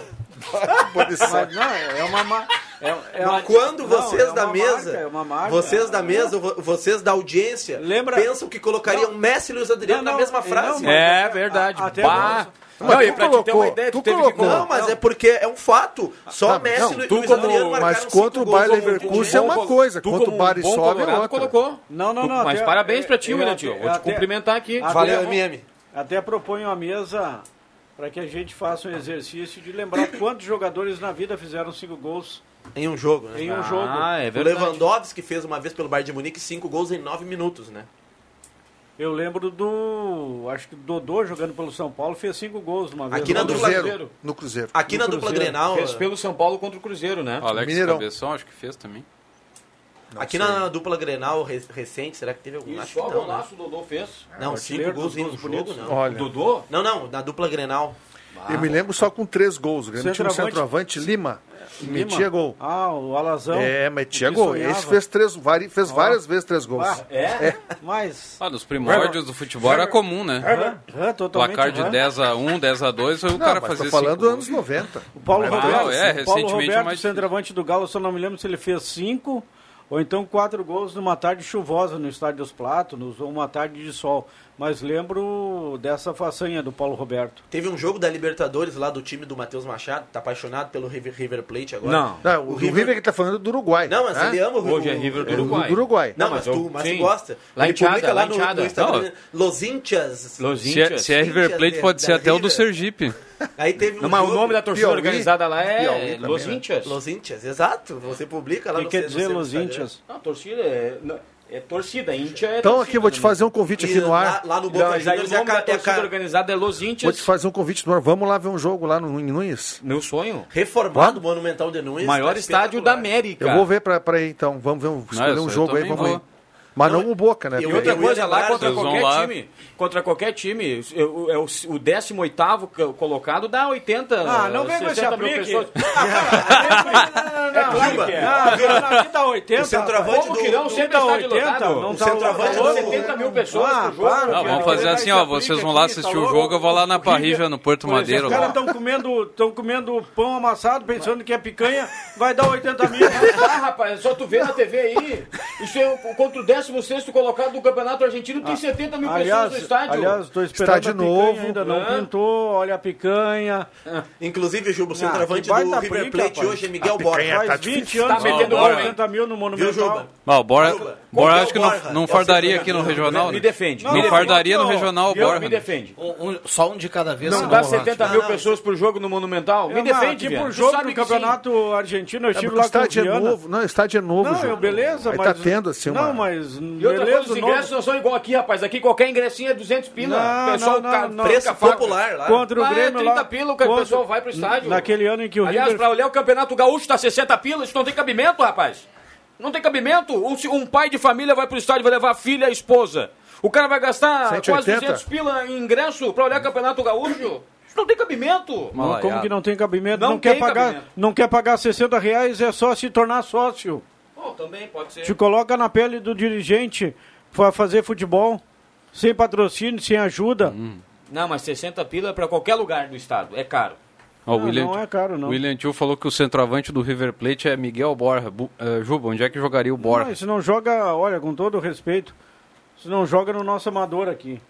[SPEAKER 13] Mas não, é uma. ma- É, é
[SPEAKER 11] Mas
[SPEAKER 13] uma-
[SPEAKER 11] quando
[SPEAKER 13] não,
[SPEAKER 11] vocês
[SPEAKER 13] é
[SPEAKER 11] da
[SPEAKER 13] uma
[SPEAKER 11] mesa,
[SPEAKER 13] marca, é uma marca.
[SPEAKER 11] vocês da mesa, vo- vocês da audiência,
[SPEAKER 13] Lembra-
[SPEAKER 11] pensam que colocariam Messi e Luiz Adriano
[SPEAKER 13] Não, não,
[SPEAKER 11] na mesma
[SPEAKER 13] não,
[SPEAKER 11] frase?
[SPEAKER 13] mas-
[SPEAKER 11] Não,
[SPEAKER 8] É verdade.
[SPEAKER 13] A- até
[SPEAKER 8] Bah.
[SPEAKER 13] agora-
[SPEAKER 8] Não, e pra te ter
[SPEAKER 5] um
[SPEAKER 8] uma ideia, tu, teve que...
[SPEAKER 11] mas é porque é um fato. Só
[SPEAKER 7] Ah,
[SPEAKER 11] Messi
[SPEAKER 7] não,
[SPEAKER 11] e Lu-
[SPEAKER 7] tu
[SPEAKER 11] Luiz
[SPEAKER 7] como-
[SPEAKER 11] Adriano marcaram
[SPEAKER 7] mas contra o
[SPEAKER 11] um cinco gols
[SPEAKER 7] Bayer
[SPEAKER 11] ao longo do
[SPEAKER 7] Leverkusen
[SPEAKER 11] dia.
[SPEAKER 7] é uma coisa,
[SPEAKER 8] Tu,
[SPEAKER 7] contra o
[SPEAKER 5] um
[SPEAKER 8] como
[SPEAKER 7] Bari
[SPEAKER 8] bom
[SPEAKER 7] sobe é
[SPEAKER 8] colorado,
[SPEAKER 7] outra.
[SPEAKER 8] colocou.
[SPEAKER 11] é
[SPEAKER 13] Não, não, não.
[SPEAKER 8] Mas
[SPEAKER 13] até-
[SPEAKER 8] parabéns pra ti,
[SPEAKER 13] eu
[SPEAKER 8] William,
[SPEAKER 13] até-
[SPEAKER 8] tio. Vou te
[SPEAKER 13] até-
[SPEAKER 8] cumprimentar aqui.
[SPEAKER 13] até- um-
[SPEAKER 11] Valeu, MM.
[SPEAKER 13] Até proponho a mesa para que a gente faça um exercício de lembrar quantos jogadores na vida fizeram cinco gols
[SPEAKER 11] Em um jogo, né?
[SPEAKER 13] em um jogo.
[SPEAKER 8] Ah, é
[SPEAKER 11] o
[SPEAKER 8] verdade.
[SPEAKER 11] Lewandowski fez uma vez pelo Bayern de Munique cinco gols em nove minutos, né?
[SPEAKER 13] Eu lembro do. Acho que o Dodô jogando pelo São Paulo fez cinco gols uma vez.
[SPEAKER 11] Aqui na
[SPEAKER 13] No
[SPEAKER 11] dupla-
[SPEAKER 13] Cruzeiro.
[SPEAKER 7] No Cruzeiro.
[SPEAKER 11] Aqui
[SPEAKER 13] No
[SPEAKER 11] na dupla
[SPEAKER 13] Cruzeiro.
[SPEAKER 11] Grenal,
[SPEAKER 8] Fez pelo São Paulo contra o Cruzeiro, né?
[SPEAKER 5] Alex
[SPEAKER 7] Mineirão.
[SPEAKER 5] Cabeção, acho que fez também.
[SPEAKER 11] aqui na dupla Grenal re- recente, será que teve algum?
[SPEAKER 8] Isso,
[SPEAKER 11] Acho que
[SPEAKER 8] só o
[SPEAKER 11] não, né?
[SPEAKER 8] golaço o Dodô fez.
[SPEAKER 11] Não, cinco
[SPEAKER 13] Artilheiro dos né?
[SPEAKER 11] gols em um
[SPEAKER 13] dois
[SPEAKER 11] jogo,
[SPEAKER 13] jogos,
[SPEAKER 11] não.
[SPEAKER 7] Olha,
[SPEAKER 8] Dodô?
[SPEAKER 11] Não, não, na dupla Grenal.
[SPEAKER 7] eu me lembro só com três gols. O Grêmio tinha um
[SPEAKER 13] Centroavante.
[SPEAKER 7] centroavante, Lima,
[SPEAKER 13] Lima.
[SPEAKER 7] metia gol.
[SPEAKER 13] Ah, o Alazão.
[SPEAKER 8] Então,
[SPEAKER 7] É, metia
[SPEAKER 13] que
[SPEAKER 7] gol.
[SPEAKER 13] sonhava.
[SPEAKER 7] Esse fez, três, vari- fez várias vezes três gols.
[SPEAKER 13] Ah,
[SPEAKER 8] É?
[SPEAKER 13] Mas.
[SPEAKER 5] Ah, nos primórdios do futebol era comum, né?
[SPEAKER 13] Hã? Hã? totalmente
[SPEAKER 5] Placar de
[SPEAKER 13] hã?
[SPEAKER 5] 10 a 1 10 a 2 o
[SPEAKER 7] Não,
[SPEAKER 5] cara
[SPEAKER 7] mas
[SPEAKER 5] fazia
[SPEAKER 7] tô
[SPEAKER 5] cinco
[SPEAKER 7] falando
[SPEAKER 5] gols.
[SPEAKER 7] anos 90.
[SPEAKER 13] O Paulo
[SPEAKER 5] Ah,
[SPEAKER 13] Roberto,
[SPEAKER 5] é,
[SPEAKER 13] o Paulo
[SPEAKER 5] recentemente é
[SPEAKER 13] Roberto
[SPEAKER 5] mais difícil.
[SPEAKER 13] centroavante do Galo, só não me lembro se ele fez cinco ou então quatro gols numa tarde chuvosa no Estádio dos Platos, nos- ou uma tarde de sol.
[SPEAKER 6] Mas lembro dessa façanha do Paulo Roberto.
[SPEAKER 11] Teve um jogo da Libertadores lá do time do Matheus Machado, tá apaixonado pelo River, River Plate agora.
[SPEAKER 7] Não, Não, o, River... River que tá falando do Uruguai.
[SPEAKER 11] Não, mas
[SPEAKER 7] né?
[SPEAKER 11] ele ama o
[SPEAKER 7] Hoje
[SPEAKER 11] o-
[SPEAKER 7] é River do
[SPEAKER 11] o-
[SPEAKER 7] Uruguai.
[SPEAKER 11] do Uruguai. Não,
[SPEAKER 7] Não,
[SPEAKER 11] mas
[SPEAKER 7] mas
[SPEAKER 11] tu,
[SPEAKER 7] eu-
[SPEAKER 11] mas tu
[SPEAKER 7] sim.
[SPEAKER 11] gosta.
[SPEAKER 7] Lá
[SPEAKER 11] Ele
[SPEAKER 7] em Tiada,
[SPEAKER 11] publica
[SPEAKER 7] lá em
[SPEAKER 11] no,
[SPEAKER 7] Tiada.
[SPEAKER 11] no Instagram,
[SPEAKER 7] Não.
[SPEAKER 11] Los Hinchas.
[SPEAKER 8] Los
[SPEAKER 5] Se é, se é
[SPEAKER 13] assim.
[SPEAKER 5] River
[SPEAKER 11] Hinchas
[SPEAKER 5] Plate,
[SPEAKER 11] de-
[SPEAKER 5] pode ser
[SPEAKER 11] da
[SPEAKER 5] até o do
[SPEAKER 11] River.
[SPEAKER 5] Sergipe.
[SPEAKER 11] Aí teve um
[SPEAKER 8] Não, mas o
[SPEAKER 11] jogo-
[SPEAKER 8] nome da torcida Piauí. organizada lá é Piauí também, Los né? Hinchas.
[SPEAKER 11] Los Hinchas, exato. Você publica lá
[SPEAKER 8] O que
[SPEAKER 11] no
[SPEAKER 8] quer
[SPEAKER 11] seu- no
[SPEAKER 8] dizer
[SPEAKER 11] seu
[SPEAKER 8] Los
[SPEAKER 11] Instagram.
[SPEAKER 8] Hinchas? Não, torcida é, é torcida, índia é
[SPEAKER 7] Então
[SPEAKER 8] torcida
[SPEAKER 7] aqui eu vou te
[SPEAKER 8] também.
[SPEAKER 7] fazer um convite aqui no
[SPEAKER 11] é
[SPEAKER 7] ar.
[SPEAKER 8] Lá, lá no Boca
[SPEAKER 11] Não,
[SPEAKER 8] não,
[SPEAKER 11] mas
[SPEAKER 8] Juniors
[SPEAKER 11] aí
[SPEAKER 8] o
[SPEAKER 11] o
[SPEAKER 8] nome
[SPEAKER 11] nome
[SPEAKER 8] da
[SPEAKER 11] da
[SPEAKER 8] torcida
[SPEAKER 11] torcida
[SPEAKER 8] organizada é Los Índios.
[SPEAKER 7] Vou te fazer um convite no ar. Vamos lá ver um jogo lá no em Nunes.
[SPEAKER 8] Meu sonho.
[SPEAKER 11] Reformado o Monumental de Nunes.
[SPEAKER 8] Maior
[SPEAKER 11] tá
[SPEAKER 8] estádio da América.
[SPEAKER 7] Eu vou ver pra, pra aí então. Vamos ver um, escolher
[SPEAKER 8] isso
[SPEAKER 7] um
[SPEAKER 8] eu
[SPEAKER 7] jogo aí,
[SPEAKER 8] também
[SPEAKER 7] vamos
[SPEAKER 8] vou.
[SPEAKER 7] aí. Mas não, o Boca, né?
[SPEAKER 8] E
[SPEAKER 7] Porque-
[SPEAKER 8] outra coisa, lá
[SPEAKER 11] Vargas,
[SPEAKER 8] contra
[SPEAKER 11] eles vão
[SPEAKER 8] qualquer
[SPEAKER 11] lá.
[SPEAKER 8] time. Contra qualquer time. Eu- eu- É o, o 18 co- colocado dá 80.
[SPEAKER 6] Ah, não vem com esse Ah,
[SPEAKER 8] 60 mil
[SPEAKER 6] aplique.
[SPEAKER 8] pessoas.
[SPEAKER 6] Não,
[SPEAKER 8] Cuba.
[SPEAKER 6] não, não, aqui tá 80.
[SPEAKER 8] O centroavante
[SPEAKER 6] Como
[SPEAKER 8] do-
[SPEAKER 6] que não?
[SPEAKER 8] do-
[SPEAKER 6] Sempre está
[SPEAKER 8] tá
[SPEAKER 6] de
[SPEAKER 8] 80,
[SPEAKER 6] lotado.
[SPEAKER 8] o
[SPEAKER 6] Não tá
[SPEAKER 8] centroavante
[SPEAKER 6] lotado.
[SPEAKER 8] do- 70 mil pessoas
[SPEAKER 6] Ah,
[SPEAKER 8] pro jogo,
[SPEAKER 6] para,
[SPEAKER 5] Não,
[SPEAKER 6] cara.
[SPEAKER 5] vamos fazer
[SPEAKER 6] Pegar
[SPEAKER 5] assim,
[SPEAKER 6] esse
[SPEAKER 5] ó.
[SPEAKER 6] aplique
[SPEAKER 5] Vocês
[SPEAKER 6] aqui,
[SPEAKER 5] vão lá
[SPEAKER 6] tá
[SPEAKER 5] assistir o
[SPEAKER 6] louco?
[SPEAKER 5] jogo, eu vou lá na Parrija, no Porto
[SPEAKER 6] Por exemplo,
[SPEAKER 5] Madeiro.
[SPEAKER 6] Os caras
[SPEAKER 5] lá.
[SPEAKER 6] estão comendo, Então, tão comendo pão amassado, pensando que é picanha, vai dar 80 mil.
[SPEAKER 8] Ah, rapaz, só tu vê na TV aí. Isso é o- contra o 16 colocado do Campeonato Argentino. Tem 70 mil pessoas
[SPEAKER 6] Ah, Aliás,
[SPEAKER 8] no estádio.
[SPEAKER 6] aliás, estou esperando
[SPEAKER 7] Estádio
[SPEAKER 6] a picanha
[SPEAKER 7] novo,
[SPEAKER 6] ainda, não
[SPEAKER 7] né?
[SPEAKER 6] pintou, olha a picanha.
[SPEAKER 11] Inclusive, Juba, o
[SPEAKER 6] Ah,
[SPEAKER 11] centroavante
[SPEAKER 6] que baita
[SPEAKER 11] do River
[SPEAKER 6] briga,
[SPEAKER 11] Plate
[SPEAKER 6] rapaz.
[SPEAKER 11] hoje é Miguel
[SPEAKER 6] A
[SPEAKER 11] Borges.
[SPEAKER 6] picanha tá Faz 20 difícil. anos que
[SPEAKER 11] Tá
[SPEAKER 6] ele
[SPEAKER 11] metendo
[SPEAKER 6] deu
[SPEAKER 11] gol, hein?
[SPEAKER 7] então.
[SPEAKER 6] 80 mil no Monumental.
[SPEAKER 11] Viu, Juba?
[SPEAKER 5] Bom, bora. Bora,
[SPEAKER 11] Qual
[SPEAKER 5] acho
[SPEAKER 11] que
[SPEAKER 5] que
[SPEAKER 11] é o
[SPEAKER 5] não,
[SPEAKER 11] Borja?
[SPEAKER 5] não
[SPEAKER 11] É o
[SPEAKER 5] fardaria
[SPEAKER 11] centroavante
[SPEAKER 5] aqui no
[SPEAKER 11] do River
[SPEAKER 5] regional.
[SPEAKER 11] Plate.
[SPEAKER 5] né?
[SPEAKER 11] Me defende,
[SPEAKER 5] Não,
[SPEAKER 11] me defende.
[SPEAKER 5] fardaria no regional o
[SPEAKER 8] Eu-
[SPEAKER 5] Borja.
[SPEAKER 8] Me
[SPEAKER 5] né?
[SPEAKER 8] defende.
[SPEAKER 14] Um- um- só um de cada vez.
[SPEAKER 8] Não
[SPEAKER 14] senão
[SPEAKER 8] dá
[SPEAKER 14] eu relaxo.
[SPEAKER 8] 70 mil pessoas pro jogo no Monumental? Me
[SPEAKER 6] Não,
[SPEAKER 8] defende,
[SPEAKER 6] aqui
[SPEAKER 8] velho.
[SPEAKER 6] pro
[SPEAKER 8] Tu
[SPEAKER 6] jogo
[SPEAKER 8] sabe
[SPEAKER 6] do
[SPEAKER 8] que sim.
[SPEAKER 6] campeonato argentino, eu
[SPEAKER 7] É,
[SPEAKER 6] estive
[SPEAKER 7] porque o
[SPEAKER 6] lá com o
[SPEAKER 7] estádio é
[SPEAKER 6] Viana.
[SPEAKER 7] novo. Não, o estádio é novo.
[SPEAKER 6] Não,
[SPEAKER 7] Ju.
[SPEAKER 6] eu, beleza,
[SPEAKER 7] Aí
[SPEAKER 6] mas...
[SPEAKER 7] tá tendo assim uma...
[SPEAKER 6] Não, mas...
[SPEAKER 8] E outra
[SPEAKER 6] beleza,
[SPEAKER 8] coisa, os
[SPEAKER 6] novo.
[SPEAKER 8] ingressos não são igual aqui, rapaz. Aqui qualquer ingressinho é 200 pila.
[SPEAKER 6] Não,
[SPEAKER 8] O pessoal
[SPEAKER 6] não,
[SPEAKER 8] ca-
[SPEAKER 6] não.
[SPEAKER 8] troca
[SPEAKER 6] Preço
[SPEAKER 8] a faca.
[SPEAKER 6] popular lá. Contra o
[SPEAKER 8] Lá
[SPEAKER 6] Grêmio
[SPEAKER 8] é 30
[SPEAKER 6] lá.
[SPEAKER 8] pila, o cara-
[SPEAKER 6] Contra-
[SPEAKER 8] o pessoal vai pro estádio.
[SPEAKER 6] Naquele ano em que o
[SPEAKER 8] Aliás,
[SPEAKER 6] River...
[SPEAKER 8] pra olhar o Campeonato Gaúcho tá 60 pila, isso não tem cabimento, rapaz. Não tem cabimento. Um, se- um pai de família vai pro estádio, vai levar a filha e a esposa. O cara vai gastar
[SPEAKER 7] 180?
[SPEAKER 8] quase 200 pila em ingresso pra olhar o Campeonato Gaúcho? Isso não tem cabimento.
[SPEAKER 6] Não, como que não tem cabimento?
[SPEAKER 8] Não
[SPEAKER 6] Não, quer
[SPEAKER 8] tem
[SPEAKER 6] pagar,
[SPEAKER 8] cabimento.
[SPEAKER 6] não quer pagar 60 reais, é só se tornar sócio.
[SPEAKER 8] Bom, também pode ser.
[SPEAKER 6] Te coloca na pele do dirigente para fazer futebol, sem patrocínio, sem ajuda.
[SPEAKER 5] Hum.
[SPEAKER 8] Não, mas 60 pila é pra qualquer lugar do estado. É caro.
[SPEAKER 5] Ó, o
[SPEAKER 6] Não,
[SPEAKER 5] William,
[SPEAKER 6] não é caro, não.
[SPEAKER 5] William Tio falou que o centroavante do River Plate é Miguel Borja. Bu- eh, Juba, onde é que jogaria o Borja?
[SPEAKER 6] Não, se não joga, olha, com todo o respeito, se não joga no nosso amador aqui.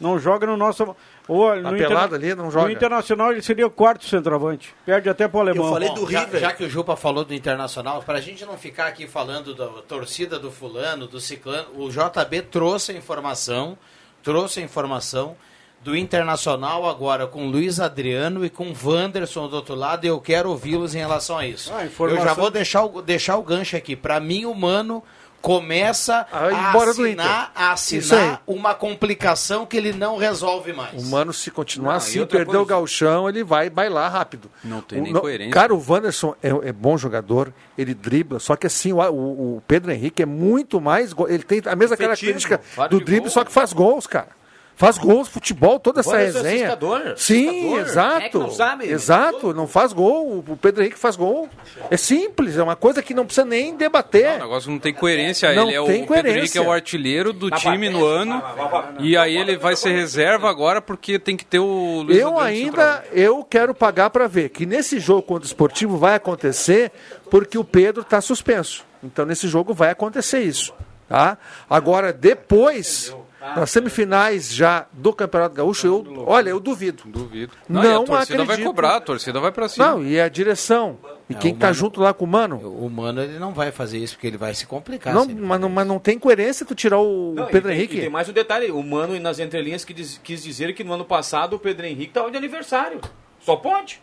[SPEAKER 6] Não joga no nosso. Olha,
[SPEAKER 7] Tá
[SPEAKER 6] no
[SPEAKER 7] pelado ali, não joga.
[SPEAKER 6] No internacional ele seria o quarto centroavante. Perde até pro alemão.
[SPEAKER 11] falei do
[SPEAKER 6] Bom,
[SPEAKER 11] River.
[SPEAKER 6] já-
[SPEAKER 11] River.
[SPEAKER 6] já-
[SPEAKER 3] Já que o Jupa falou do Internacional, para a gente não ficar aqui falando da torcida do fulano, do ciclano, o JB trouxe a informação, trouxe a informação do Internacional agora com Luiz Adriano e com Wanderson do outro lado, e eu quero ouvi-los em relação a isso.
[SPEAKER 6] Ah, a informação-
[SPEAKER 3] eu já vou deixar o, deixar o gancho aqui. Para mim, o Mano começa
[SPEAKER 7] Ah, ir
[SPEAKER 3] a
[SPEAKER 7] embora do Inter.
[SPEAKER 3] assinar, a
[SPEAKER 7] Isso aí.
[SPEAKER 3] assinar uma complicação que ele não resolve mais.
[SPEAKER 7] O Mano, se continuar
[SPEAKER 3] Não, e
[SPEAKER 7] assim,
[SPEAKER 3] outra
[SPEAKER 7] perder
[SPEAKER 3] coisa-
[SPEAKER 7] o galchão, ele vai bailar rápido.
[SPEAKER 5] Não tem
[SPEAKER 7] O-
[SPEAKER 5] nem coerência.
[SPEAKER 7] Cara, o Wanderson é, é bom jogador, ele dribla, só que assim, o, o- o Pedro Henrique é muito mais... go- Ele tem a mesma característica
[SPEAKER 8] faro
[SPEAKER 7] do
[SPEAKER 8] de
[SPEAKER 7] drible,
[SPEAKER 8] gol.
[SPEAKER 7] só que faz gols, cara. Faz gols, futebol, toda essa
[SPEAKER 8] Wanderson é
[SPEAKER 7] resenha.
[SPEAKER 8] ciscador,
[SPEAKER 7] Sim,
[SPEAKER 8] ciscador.
[SPEAKER 7] exato.
[SPEAKER 8] É que não sabe,
[SPEAKER 7] exato, não faz gol. O o Pedro Henrique faz gol. É simples, é uma coisa que não precisa nem debater.
[SPEAKER 5] O negócio não tem coerência.
[SPEAKER 7] Não
[SPEAKER 5] ele é
[SPEAKER 7] tem
[SPEAKER 5] o
[SPEAKER 7] coerência.
[SPEAKER 5] Pedro Henrique é o artilheiro do
[SPEAKER 8] Mas
[SPEAKER 5] time no
[SPEAKER 8] parece-
[SPEAKER 5] ano.
[SPEAKER 8] mas- mas- mas-
[SPEAKER 5] E aí ele vai ser reserva agora porque tem que ter o Luiz
[SPEAKER 7] Eu
[SPEAKER 5] Adriano
[SPEAKER 7] ainda eu quero pagar para ver que nesse jogo contra o Esportivo vai acontecer porque o Pedro está suspenso. Então nesse jogo vai acontecer isso, tá? Agora depois nas semifinais já do Campeonato Gaúcho, eu, olha, eu duvido.
[SPEAKER 5] Duvido.
[SPEAKER 7] Não,
[SPEAKER 5] e a torcida vai
[SPEAKER 7] acredito.
[SPEAKER 5] cobrar, a torcida vai pra cima.
[SPEAKER 7] Não, e a direção e
[SPEAKER 3] o
[SPEAKER 7] quem está
[SPEAKER 3] Mano-
[SPEAKER 7] junto lá com o mano,
[SPEAKER 3] O Mano ele não vai fazer isso porque ele vai se complicar.
[SPEAKER 7] não,
[SPEAKER 3] se ele
[SPEAKER 7] mas, não, mas não tem coerência tu tirar o
[SPEAKER 8] Não, e
[SPEAKER 7] Pedro
[SPEAKER 8] tem,
[SPEAKER 7] Henrique.
[SPEAKER 8] E tem mais um detalhe. O Mano, nas entrelinhas, que diz- quis dizer que no ano passado o Pedro Henrique estava de aniversário. Só ponte.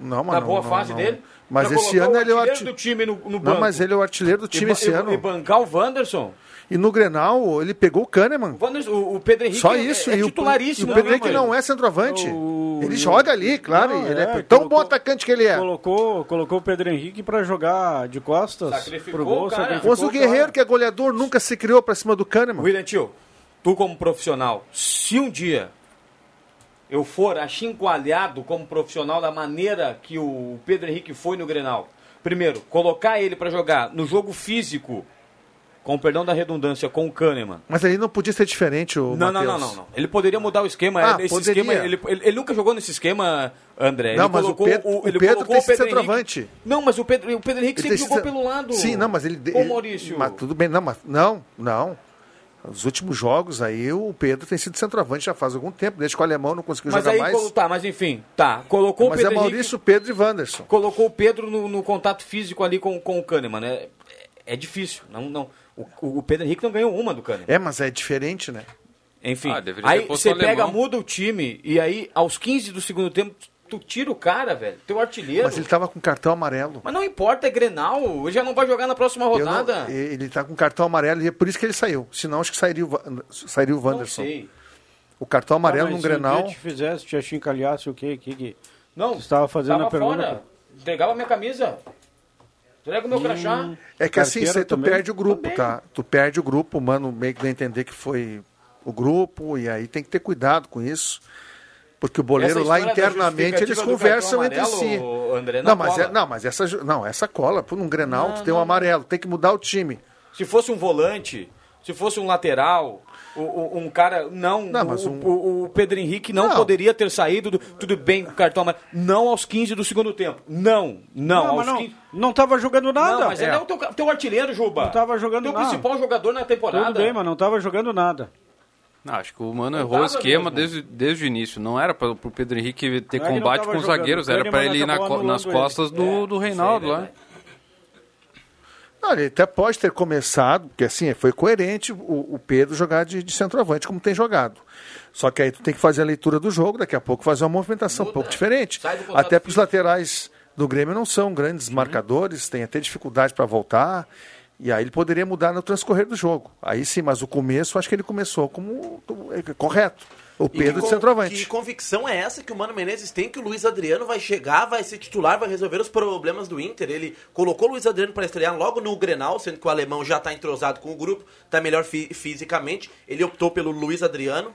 [SPEAKER 7] Não, mas
[SPEAKER 8] Na tá
[SPEAKER 7] não,
[SPEAKER 8] boa
[SPEAKER 7] não,
[SPEAKER 8] fase
[SPEAKER 7] não.
[SPEAKER 8] dele.
[SPEAKER 7] Mas
[SPEAKER 8] Já
[SPEAKER 7] esse
[SPEAKER 8] colocou
[SPEAKER 7] ano ele é o
[SPEAKER 8] artilheiro do
[SPEAKER 7] arti-
[SPEAKER 8] time no, no banco.
[SPEAKER 7] Não, mas ele é o artilheiro do time
[SPEAKER 8] e, ba-
[SPEAKER 7] esse
[SPEAKER 8] e-
[SPEAKER 7] ano.
[SPEAKER 8] E bancar o Wanderson.
[SPEAKER 7] E no Grenal, ele pegou o Kahneman.
[SPEAKER 8] O Wanderson- O, o Pedro Henrique
[SPEAKER 7] Só
[SPEAKER 8] é-
[SPEAKER 7] isso.
[SPEAKER 8] é,
[SPEAKER 7] e o-
[SPEAKER 8] titularíssimo.
[SPEAKER 7] e o Pedro
[SPEAKER 8] né,
[SPEAKER 7] Henrique
[SPEAKER 8] mano?
[SPEAKER 7] não é centroavante.
[SPEAKER 6] O-
[SPEAKER 7] Ele joga ali, claro.
[SPEAKER 6] Não,
[SPEAKER 7] ele
[SPEAKER 6] é,
[SPEAKER 7] é, tão
[SPEAKER 6] colocou-
[SPEAKER 7] bom atacante que ele é.
[SPEAKER 6] Colocou, colocou o Pedro Henrique para jogar de costas.
[SPEAKER 8] Sacrificou
[SPEAKER 6] pro gol,
[SPEAKER 8] o cara.
[SPEAKER 6] sacrificou
[SPEAKER 7] Mas o Guerreiro,
[SPEAKER 6] cara.
[SPEAKER 7] que é goleador, nunca se criou pra cima do Kahneman.
[SPEAKER 8] William Tio, tu como profissional, se um dia eu for achincoalhado como profissional da maneira que o Pedro Henrique foi no Grenal, primeiro, colocar ele pra jogar no jogo físico, com perdão da redundância, com o Kahneman.
[SPEAKER 7] Mas ele não podia ser diferente, o
[SPEAKER 8] Não, não,
[SPEAKER 7] Matheus.
[SPEAKER 8] não, não, não. Ele poderia mudar o esquema.
[SPEAKER 7] Ah,
[SPEAKER 8] esse
[SPEAKER 7] poderia.
[SPEAKER 8] esquema ele, ele- ele nunca jogou nesse esquema, André.
[SPEAKER 7] Não,
[SPEAKER 8] ele
[SPEAKER 7] mas o
[SPEAKER 8] colocou
[SPEAKER 7] Pedro- o Pedro
[SPEAKER 8] colocou
[SPEAKER 7] tem esse
[SPEAKER 8] Henrique-
[SPEAKER 7] centroavante.
[SPEAKER 8] Não, mas o Pedro, o Pedro Henrique
[SPEAKER 7] Ele
[SPEAKER 8] sempre
[SPEAKER 7] tem
[SPEAKER 8] jogou
[SPEAKER 7] esse-
[SPEAKER 8] pelo lado.
[SPEAKER 7] Sim, não, mas ele...
[SPEAKER 8] Ô,
[SPEAKER 7] ele-
[SPEAKER 8] Maurício.
[SPEAKER 7] Mas tudo bem, não, mas... Não, não. Os últimos jogos aí, o Pedro tem sido centroavante já faz algum tempo, desde que o alemão não conseguiu
[SPEAKER 8] Mas
[SPEAKER 7] jogar
[SPEAKER 8] aí,
[SPEAKER 7] mais.
[SPEAKER 8] colo- tá, mas enfim, tá. Colocou
[SPEAKER 7] Mas
[SPEAKER 8] o Pedro
[SPEAKER 7] é Maurício, Pedro e Wanderson.
[SPEAKER 8] Colocou o Pedro no, no contato físico ali com, com o Kahneman, né? É, é difícil. Não, não. O, o Pedro Henrique não ganhou uma do Kahneman.
[SPEAKER 7] É, mas é diferente, né?
[SPEAKER 8] Enfim,
[SPEAKER 7] Ah, deveria
[SPEAKER 8] aí
[SPEAKER 7] ter posto
[SPEAKER 8] você
[SPEAKER 7] o alemão.
[SPEAKER 8] pega, muda o time, e aí aos 15 do segundo tempo, tu tira o cara, velho. Teu artilheiro.
[SPEAKER 7] Mas ele tava com cartão amarelo.
[SPEAKER 8] Mas não importa, é Grenal. Ele já não vai jogar na próxima
[SPEAKER 7] Eu não-
[SPEAKER 8] rodada.
[SPEAKER 7] ele tá com cartão amarelo e é por isso que ele saiu. Senão acho que sairia o, Wa- sairia o Wanderson.
[SPEAKER 8] sei.
[SPEAKER 7] O cartão amarelo
[SPEAKER 6] Ah,
[SPEAKER 7] num
[SPEAKER 6] mas Se
[SPEAKER 7] Grenal.
[SPEAKER 6] eu te fizesse, te achincalhasse, o quê? que que...
[SPEAKER 8] Não,
[SPEAKER 6] Você estava fazendo
[SPEAKER 8] Tava
[SPEAKER 6] a pergunta.
[SPEAKER 8] fora. Entregava minha camisa. Entrega o meu crachá.
[SPEAKER 7] É que assim,
[SPEAKER 8] Carteira
[SPEAKER 7] cê, tu
[SPEAKER 8] também.
[SPEAKER 7] perde o grupo, tá? Tu perde o grupo, o mano, meio que dá a entender que foi o grupo, e aí tem que ter cuidado com isso. Porque o boleiro
[SPEAKER 8] Essa
[SPEAKER 7] lá
[SPEAKER 8] história da
[SPEAKER 7] internamente eles
[SPEAKER 8] justificativa do
[SPEAKER 7] conversam
[SPEAKER 8] cartão
[SPEAKER 7] entre si.
[SPEAKER 8] amarelo, ô, André,
[SPEAKER 7] não,
[SPEAKER 8] não
[SPEAKER 7] mas
[SPEAKER 8] cola.
[SPEAKER 7] é- não, mas essa ju- não, essa cola, por um Grenal,
[SPEAKER 8] Não,
[SPEAKER 7] tu tem um
[SPEAKER 8] não.
[SPEAKER 7] amarelo, tem que mudar o time.
[SPEAKER 8] Se fosse um volante, se fosse um lateral, o- o- um cara. Não,
[SPEAKER 7] Não, mas
[SPEAKER 8] o,
[SPEAKER 7] um-
[SPEAKER 8] o- o Pedro Henrique não,
[SPEAKER 7] Não.
[SPEAKER 8] poderia ter saído. do- tudo bem com o cartão amarelo. Não aos 15 do segundo tempo. Não, não,
[SPEAKER 6] Não,
[SPEAKER 8] aos
[SPEAKER 6] mas não,
[SPEAKER 8] 15.
[SPEAKER 6] não tava jogando nada.
[SPEAKER 8] Não, mas ele é o teu, ca- teu artilheiro, Juba.
[SPEAKER 6] Não tava jogando
[SPEAKER 8] teu
[SPEAKER 6] nada.
[SPEAKER 8] principal jogador na temporada.
[SPEAKER 6] Tudo bem, mas não tava jogando nada.
[SPEAKER 5] Não, Ah, acho que o Mano
[SPEAKER 6] Não
[SPEAKER 5] errou o
[SPEAKER 6] dava
[SPEAKER 5] esquema
[SPEAKER 6] mesmo.
[SPEAKER 5] desde, desde o início. Não era para o Pedro Henrique ter
[SPEAKER 6] Não é que não
[SPEAKER 5] combate
[SPEAKER 6] tava
[SPEAKER 5] com os
[SPEAKER 6] jogando.
[SPEAKER 5] zagueiros,
[SPEAKER 6] O
[SPEAKER 5] era
[SPEAKER 6] Kahneman
[SPEAKER 5] para ele ir na
[SPEAKER 6] acabou
[SPEAKER 5] co- nas
[SPEAKER 6] anulando ele.
[SPEAKER 5] costas
[SPEAKER 6] É.
[SPEAKER 5] do, do Reinaldo lá.
[SPEAKER 7] Não, ele até pode ter começado, porque assim, foi coerente o, o Pedro jogar de, de centroavante, como tem jogado. Só que aí tu tem que fazer a leitura do jogo, daqui a pouco fazer uma movimentação um pouco diferente.
[SPEAKER 8] Sai do contato
[SPEAKER 7] Até porque os laterais do Grêmio não são grandes marcadores, tem até dificuldade para voltar. E aí ele poderia mudar no transcorrer do jogo. Aí sim, mas o começo, acho que ele começou como é, correto. O
[SPEAKER 11] E
[SPEAKER 7] Pedro
[SPEAKER 11] que
[SPEAKER 7] de
[SPEAKER 11] con-
[SPEAKER 7] centroavante.
[SPEAKER 11] Que convicção é essa que o Mano Menezes tem que o Luiz Adriano vai chegar, vai ser titular, vai resolver os problemas do Inter? Ele colocou o Luiz Adriano para estrear logo no Grenal, sendo que o alemão já tá entrosado com o grupo, tá melhor fi- fisicamente. Ele optou pelo Luiz Adriano.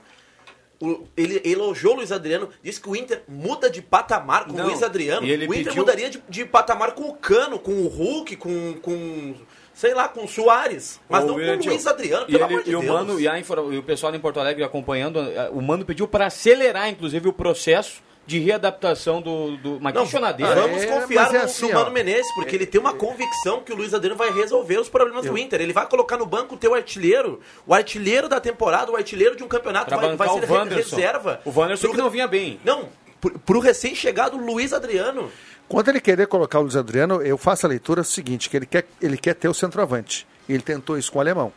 [SPEAKER 11] O- ele elogiou o Luiz Adriano, disse que o Inter muda de patamar com
[SPEAKER 8] Não,
[SPEAKER 11] o Luiz Adriano.
[SPEAKER 8] e ele
[SPEAKER 11] o Inter
[SPEAKER 8] pediu-
[SPEAKER 11] mudaria de, de patamar com o Cano, com o Hulk, com, com sei lá, com o Soares. Mas
[SPEAKER 8] Ô,
[SPEAKER 11] não
[SPEAKER 8] William,
[SPEAKER 11] com o Luiz Adriano,
[SPEAKER 8] e
[SPEAKER 11] pelo
[SPEAKER 8] ele-
[SPEAKER 11] amor de
[SPEAKER 8] e
[SPEAKER 11] Deus.
[SPEAKER 8] O, Mano, e, a infor- e o pessoal em Porto Alegre acompanhando, eh, o Mano pediu para acelerar, inclusive, o processo de readaptação do... do mas
[SPEAKER 11] Não,
[SPEAKER 8] que chonadeira.
[SPEAKER 6] É.
[SPEAKER 11] Vamos confiar
[SPEAKER 8] é
[SPEAKER 11] no,
[SPEAKER 8] assim,
[SPEAKER 11] no Mano Menezes, porque ele tem uma convicção que o Luiz Adriano vai resolver os problemas do
[SPEAKER 8] Eu-
[SPEAKER 11] Inter. Ele vai colocar no banco o teu artilheiro, o artilheiro da temporada, o artilheiro de um campeonato,
[SPEAKER 8] Pra
[SPEAKER 11] vai, vai
[SPEAKER 8] bancar
[SPEAKER 11] ser
[SPEAKER 8] o Wanderson.
[SPEAKER 11] reserva.
[SPEAKER 8] O Wanderson que não vinha bem.
[SPEAKER 11] Não, pro, pro recém-chegado Luiz Adriano.
[SPEAKER 7] Quando ele querer colocar o Luiz Adriano, eu faço a leitura seguinte, que ele quer, ele quer ter o centroavante. E ele tentou isso com o alemão.